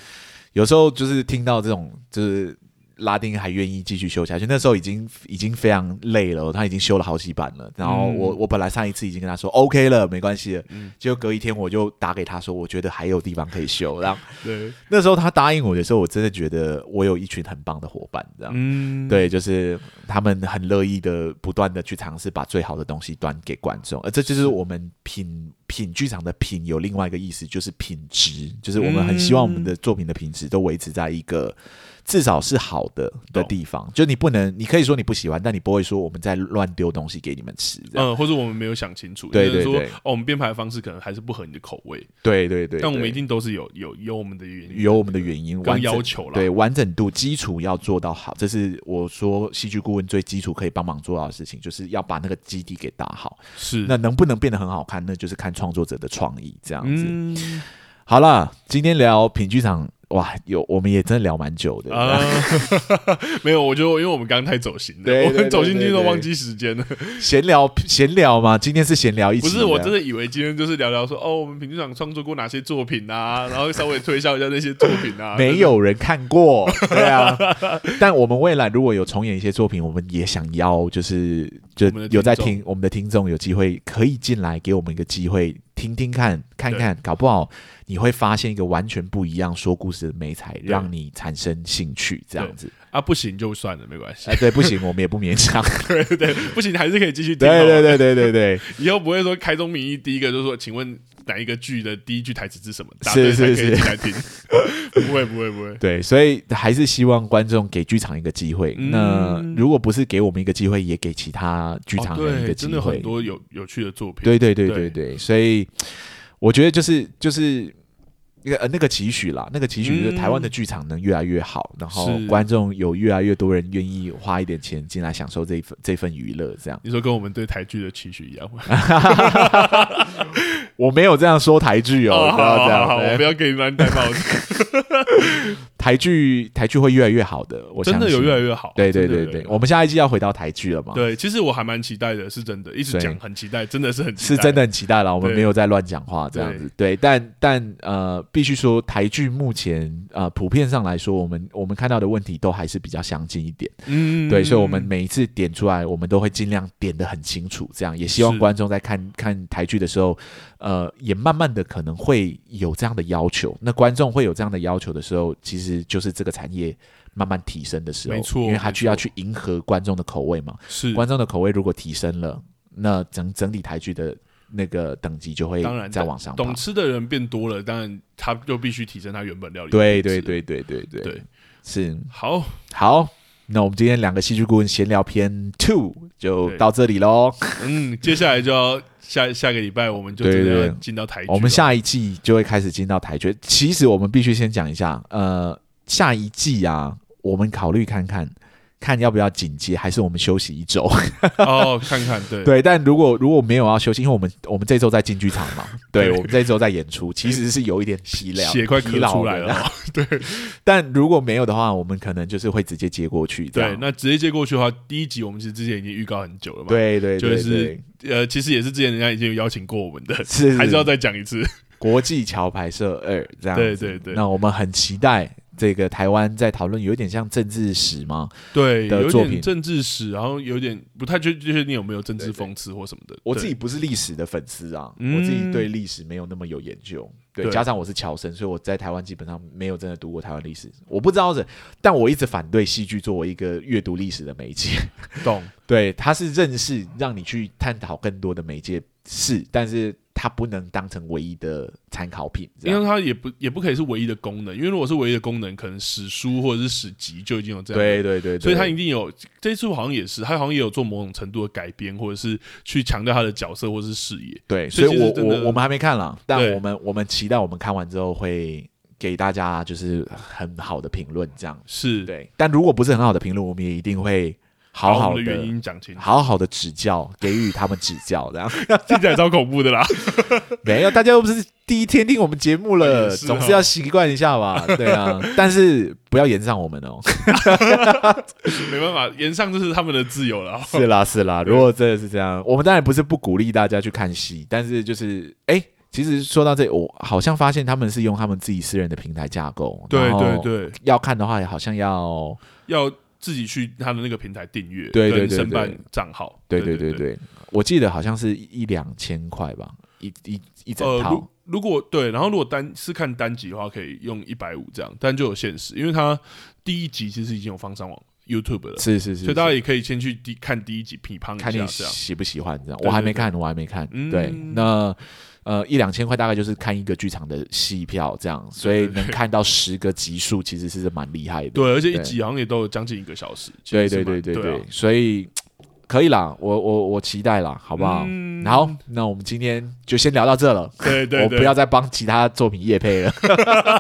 [SPEAKER 1] 有时候就是听到这种就是。拉丁还愿意继续修下去，那时候已经已经非常累了，他已经修了好几版了。然后
[SPEAKER 2] 嗯
[SPEAKER 1] 我、我本来上一次已经跟他说 OK 了，没关系了，
[SPEAKER 2] 嗯
[SPEAKER 1] 结果隔一天我就打给他说，我觉得还有地方可以修。然后
[SPEAKER 2] 对，
[SPEAKER 1] 那时候他答应我的时候，我真的觉得我有一群很棒的伙伴，这样。
[SPEAKER 2] 嗯，
[SPEAKER 1] 对，就是他们很乐意的，不断的去尝试把最好的东西端给观众，而这就是我们品品剧场的品有另外一个意思，就是品质，就是我们很希望我们
[SPEAKER 2] 嗯
[SPEAKER 1] 的作品的品质都维持在一个至少是好的的
[SPEAKER 2] 懂
[SPEAKER 1] 地方，就你不能，你可以说你不喜欢，但你不会说我们在乱丢东西给你们吃，这样，
[SPEAKER 2] 嗯，或者我们没有想清楚，
[SPEAKER 1] 对
[SPEAKER 2] 就是
[SPEAKER 1] 对
[SPEAKER 2] 说
[SPEAKER 1] 对
[SPEAKER 2] 哦，我们编排的方式可能还是不合你的口味，
[SPEAKER 1] 对对对，
[SPEAKER 2] 但我们
[SPEAKER 1] 对
[SPEAKER 2] 一定都是有有有我们的原因，
[SPEAKER 1] 有我们的原因，完
[SPEAKER 2] 跟
[SPEAKER 1] 整
[SPEAKER 2] 要求啦。
[SPEAKER 1] 对完整度基础要做到好，这是我说戏剧顾问最基础可以帮忙做到的事情，就是要把那个基底给打好。
[SPEAKER 2] 是
[SPEAKER 1] 那能不能变得很好看，那就是看创作者的创意这样子。
[SPEAKER 2] 嗯
[SPEAKER 1] 好啦，今天聊品剧场，哇，有我们也真的聊蛮久的。
[SPEAKER 2] 啊， 没有，我觉得因为我们刚刚太走心了，
[SPEAKER 1] 对
[SPEAKER 2] 我
[SPEAKER 1] 对
[SPEAKER 2] 们走
[SPEAKER 1] 对
[SPEAKER 2] 心
[SPEAKER 1] 对
[SPEAKER 2] 去都
[SPEAKER 1] 对
[SPEAKER 2] 忘记时间了。
[SPEAKER 1] 闲聊闲聊嘛，今天是闲聊一
[SPEAKER 2] 不
[SPEAKER 1] 起。啊
[SPEAKER 2] 是，我真的以为今天就是聊聊说哦，我们平剧场创作过哪些作品啊，然后稍微推销一下那些作品啊。
[SPEAKER 1] 没有人看过，对啊。但我们未来如果有重演一些作品，我们也想要就是就
[SPEAKER 2] 我们的听
[SPEAKER 1] 有在
[SPEAKER 2] 众
[SPEAKER 1] 听我们的听众有机会可以进来，给我们一个机会听听看看看，搞不好你会发现一个完全不一样说故事的美才，让你产生兴趣这样
[SPEAKER 2] 对
[SPEAKER 1] 子。
[SPEAKER 2] 啊，不行就算了，没 关系
[SPEAKER 1] 啊，。对，不行，我们也不勉强。
[SPEAKER 2] 对 对，不行还是可以继续听。哦
[SPEAKER 1] 对对，对对对对，
[SPEAKER 2] 以后不会说开宗明义第一个就说，请问哪一个剧的第一句台词是什么，答对
[SPEAKER 1] 是
[SPEAKER 2] 才可
[SPEAKER 1] 是
[SPEAKER 2] 以进来听。 不会不会不会，
[SPEAKER 1] 对，所以还是希望观众给剧场一个机会。
[SPEAKER 2] 嗯
[SPEAKER 1] 那如果不是给我们一个机会，也给其他剧
[SPEAKER 2] 哦
[SPEAKER 1] 场人一
[SPEAKER 2] 对，
[SPEAKER 1] 个机
[SPEAKER 2] 真
[SPEAKER 1] 会。
[SPEAKER 2] 的很多有有趣的作品。
[SPEAKER 1] 对对对
[SPEAKER 2] 对
[SPEAKER 1] 对对，所以我觉得就是就是那个、呃、那个期许啦，那个期许就是
[SPEAKER 2] 嗯
[SPEAKER 1] 台湾的剧场能越来越好，然后
[SPEAKER 2] 是
[SPEAKER 1] 观众有越来越多人愿意花一点钱进来享受这一份这份娱乐，这样。
[SPEAKER 2] 你说跟我们对台剧的期许一样吗？
[SPEAKER 1] 我没有这样说台剧哦，不
[SPEAKER 2] 好
[SPEAKER 1] 要
[SPEAKER 2] 好
[SPEAKER 1] 这
[SPEAKER 2] 好好，
[SPEAKER 1] 样
[SPEAKER 2] 我不
[SPEAKER 1] 对。
[SPEAKER 2] 要给你乱戴帽子。
[SPEAKER 1] 台剧台剧会越来越好的，我
[SPEAKER 2] 真的
[SPEAKER 1] 相
[SPEAKER 2] 有
[SPEAKER 1] 信
[SPEAKER 2] 越来越好。啊
[SPEAKER 1] 对对
[SPEAKER 2] 真的
[SPEAKER 1] 对
[SPEAKER 2] 有越
[SPEAKER 1] 对，
[SPEAKER 2] 来越好啊
[SPEAKER 1] 我们下一季要回到台剧了嘛？
[SPEAKER 2] 对，其实我还蛮期待的，是真的，一直
[SPEAKER 1] 对
[SPEAKER 2] 讲很期待，真的是很期
[SPEAKER 1] 是
[SPEAKER 2] 待
[SPEAKER 1] 真的很期待了，我们
[SPEAKER 2] 对
[SPEAKER 1] 没有在乱讲话这样子。对，但但呃，必须说台剧目前呃，普遍上来说，我们我们看到的问题都还是比较相近一点。
[SPEAKER 2] 嗯
[SPEAKER 1] 对，所以我们每一次点出来，我们都会尽量点得很清楚，这样也希望
[SPEAKER 2] 是
[SPEAKER 1] 观众在看看台剧的时候，呃，也慢慢的可能会有这样的要求。那观众会有这样的要求的时候，其实就是这个产业慢慢提升的时候，
[SPEAKER 2] 没错
[SPEAKER 1] 因为它
[SPEAKER 2] 没
[SPEAKER 1] 需要
[SPEAKER 2] 错
[SPEAKER 1] 去迎合观众的口味嘛。
[SPEAKER 2] 是
[SPEAKER 1] 观众的口味如果提升了，那整整体台剧的那个等级就会
[SPEAKER 2] 当然
[SPEAKER 1] 再往上爬
[SPEAKER 2] 懂。吃的人变多了，当然他就必须提升他原本料理。
[SPEAKER 1] 对对，对对对对
[SPEAKER 2] 对，
[SPEAKER 1] 是
[SPEAKER 2] 好，
[SPEAKER 1] 好。那我们今天两个戏剧顾问闲聊篇 two 就
[SPEAKER 2] 对
[SPEAKER 1] 到这里喽。
[SPEAKER 2] 嗯， 接下来就要下下个礼拜我们就
[SPEAKER 1] 对
[SPEAKER 2] 真的要
[SPEAKER 1] 对
[SPEAKER 2] 进到台剧了，
[SPEAKER 1] 我们下一季就会开始进到台剧。其实我们必须先讲一下，呃，下一季啊，我们考虑看看，看要不要紧接，还是我们休息一周。
[SPEAKER 2] 哦看看，对
[SPEAKER 1] 对，但如果如果没有要休息，因为我们我们这周在进剧场 嘛，对
[SPEAKER 2] 对
[SPEAKER 1] 我们这周在演出，其实是有一点疲劳，
[SPEAKER 2] 血快
[SPEAKER 1] 疲
[SPEAKER 2] 咳
[SPEAKER 1] 劳
[SPEAKER 2] 出来
[SPEAKER 1] 的
[SPEAKER 2] 了。哦，
[SPEAKER 1] 但如果没有的话，我们可能就是会直接接过去。这
[SPEAKER 2] 对，
[SPEAKER 1] 样
[SPEAKER 2] 那直接接过去的话，第一集我们其实之前已经预告很久了嘛，
[SPEAKER 1] 对对
[SPEAKER 2] 就
[SPEAKER 1] 对
[SPEAKER 2] 是
[SPEAKER 1] 对，
[SPEAKER 2] 呃，其实也是之前人家已经有邀请过我们的，
[SPEAKER 1] 是
[SPEAKER 2] 还是要再讲一次，
[SPEAKER 1] 国际桥牌社二这样
[SPEAKER 2] 对
[SPEAKER 1] 子
[SPEAKER 2] 对对
[SPEAKER 1] 那我们很期待这个台湾在讨论，有点像政治史吗？
[SPEAKER 2] 对，
[SPEAKER 1] 的
[SPEAKER 2] 有
[SPEAKER 1] 作
[SPEAKER 2] 点
[SPEAKER 1] 品
[SPEAKER 2] 政治史，然后有点不太确确定有没有政治
[SPEAKER 1] 对对
[SPEAKER 2] 讽刺或什么的。
[SPEAKER 1] 我
[SPEAKER 2] 对
[SPEAKER 1] 自己不是历史的粉丝啊，
[SPEAKER 2] 嗯
[SPEAKER 1] 我自己对历史没有那么有研究。对，
[SPEAKER 2] 对
[SPEAKER 1] 加上我是侨生，所以我在台湾基本上没有真的读过台湾历史，我不知道是，但我一直反对戏剧作为一个阅读历史的媒介。
[SPEAKER 2] 懂，
[SPEAKER 1] 对，它是认识，让你去探讨更多的媒介是，但是它不能当成唯一的参考品。这
[SPEAKER 2] 因
[SPEAKER 1] 样
[SPEAKER 2] 为它也不也不可以是唯一的功能，因为如果是唯一的功能，可能史书或者是史籍就已经有这样。
[SPEAKER 1] 对对对，对
[SPEAKER 2] 所以它一定有，这一次好像也是，它好像也有做某种程度的改编，或者是去强调它的角色或是视野。
[SPEAKER 1] 对，
[SPEAKER 2] 所以
[SPEAKER 1] 所以
[SPEAKER 2] 其实
[SPEAKER 1] 我
[SPEAKER 2] 真的
[SPEAKER 1] 我我们还没看啦，但
[SPEAKER 2] 对
[SPEAKER 1] 我们我们期待我们看完之后会给大家就是很好的评论，这样
[SPEAKER 2] 是，
[SPEAKER 1] 对，但如果不是很好的评论，我们也一定会好
[SPEAKER 2] 把我
[SPEAKER 1] 好
[SPEAKER 2] 们的原
[SPEAKER 1] 的、
[SPEAKER 2] 因讲清楚，
[SPEAKER 1] 好好的指教，给予他们指教。这样
[SPEAKER 2] 听起来超恐怖的啦。
[SPEAKER 1] 没有，大家又不是第一天听我们节目
[SPEAKER 2] 也
[SPEAKER 1] 了，
[SPEAKER 2] 是
[SPEAKER 1] 总
[SPEAKER 2] 哦
[SPEAKER 1] 哎是要习惯一下 吧？对啊，但是不要延上我们哦。
[SPEAKER 2] 没办法，言上就是他们的自由了。
[SPEAKER 1] 是啦，是啦，如果真的是这样，我们当然不是不鼓励大家去看戏，但是就是哎。其实说到这里，我好像发现他们是用他们自己私人的平台架构，
[SPEAKER 2] 对
[SPEAKER 1] 然后
[SPEAKER 2] 对对，
[SPEAKER 1] 要看的话，好像要
[SPEAKER 2] 要自己去他的那个平台订阅，
[SPEAKER 1] 对对
[SPEAKER 2] 跟
[SPEAKER 1] 对
[SPEAKER 2] 申办
[SPEAKER 1] 对
[SPEAKER 2] 账号。
[SPEAKER 1] 对
[SPEAKER 2] 对
[SPEAKER 1] 对对对，我记得好像是一两千块吧，一一一整
[SPEAKER 2] 呃，
[SPEAKER 1] 套
[SPEAKER 2] 如。如果对，然后如果单是看单集的话，可以用一百五这样，但就有限时，因为它第一集其实已经有放上网 YouTube 了，
[SPEAKER 1] 是是是，
[SPEAKER 2] 所以大家
[SPEAKER 1] 是
[SPEAKER 2] 也可以先去第看第一集批判一下
[SPEAKER 1] 看你
[SPEAKER 2] 这样。
[SPEAKER 1] 喜不喜欢这样。
[SPEAKER 2] 对
[SPEAKER 1] 我还没
[SPEAKER 2] 对对
[SPEAKER 1] 看，我还没看。
[SPEAKER 2] 嗯
[SPEAKER 1] 对，那呃一两千块大概就是看一个剧场的戏票这样，所以
[SPEAKER 2] 对
[SPEAKER 1] 能看到十个集数其实是蛮厉害的。
[SPEAKER 2] 对，而且一
[SPEAKER 1] 对
[SPEAKER 2] 集好像也都有将近一个小时。其
[SPEAKER 1] 对
[SPEAKER 2] 实
[SPEAKER 1] 对
[SPEAKER 2] 是
[SPEAKER 1] 对
[SPEAKER 2] 蛮
[SPEAKER 1] 对
[SPEAKER 2] 对啊，
[SPEAKER 1] 所以可以啦，我我我期待啦，好不好？
[SPEAKER 2] 嗯
[SPEAKER 1] 好，那我们今天就先聊到这了。
[SPEAKER 2] 对对
[SPEAKER 1] 我
[SPEAKER 2] 对，
[SPEAKER 1] 不要再帮其他作品业配了。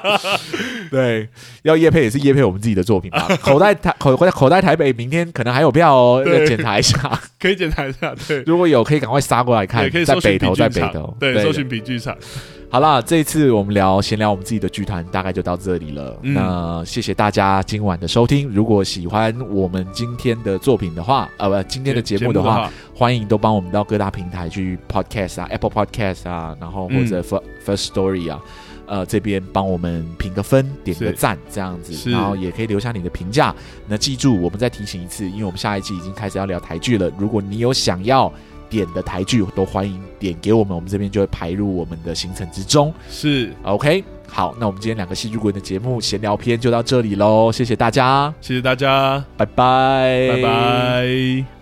[SPEAKER 1] 对，要业配也是业配我们自己的作品 吧。口袋台口口袋口袋台北明天可能还有票哦，
[SPEAKER 2] 对
[SPEAKER 1] 要检查一下。
[SPEAKER 2] 可以检查一下， 对。
[SPEAKER 1] 如果有，可以赶快杀过来看
[SPEAKER 2] 也可以。
[SPEAKER 1] 在
[SPEAKER 2] 搜寻
[SPEAKER 1] 北
[SPEAKER 2] 比
[SPEAKER 1] 投，
[SPEAKER 2] 剧
[SPEAKER 1] 在北
[SPEAKER 2] 场
[SPEAKER 1] 投，。
[SPEAKER 2] 对，搜寻比剧场，
[SPEAKER 1] 好啦，这一次我们聊闲聊我们自己的剧团，大概就到这里了。
[SPEAKER 2] 嗯
[SPEAKER 1] 那谢谢大家今晚的收听。如果喜欢我们今天的作品的话，呃，不，今天的节目的话，，欢迎都帮我们到各大平台去 Podcast 啊、Apple Podcast 啊，然后或者 Fir- First Story 啊，呃，这边帮我们评个分、点个
[SPEAKER 2] 是
[SPEAKER 1] 赞这样子，
[SPEAKER 2] 是
[SPEAKER 1] 然后也可以留下你的评价。那记住，我们再提醒一次，因为我们下一季已经开始要聊台剧了。如果你有想要点的台剧，都欢迎点给我们，我们这边就会排入我们的行程之中。
[SPEAKER 2] 是
[SPEAKER 1] OK，好，那我们今天两个戏剧鬼的节目闲聊篇就到这里喽，谢谢大家，
[SPEAKER 2] 谢谢大家，
[SPEAKER 1] 拜拜，
[SPEAKER 2] 拜。拜。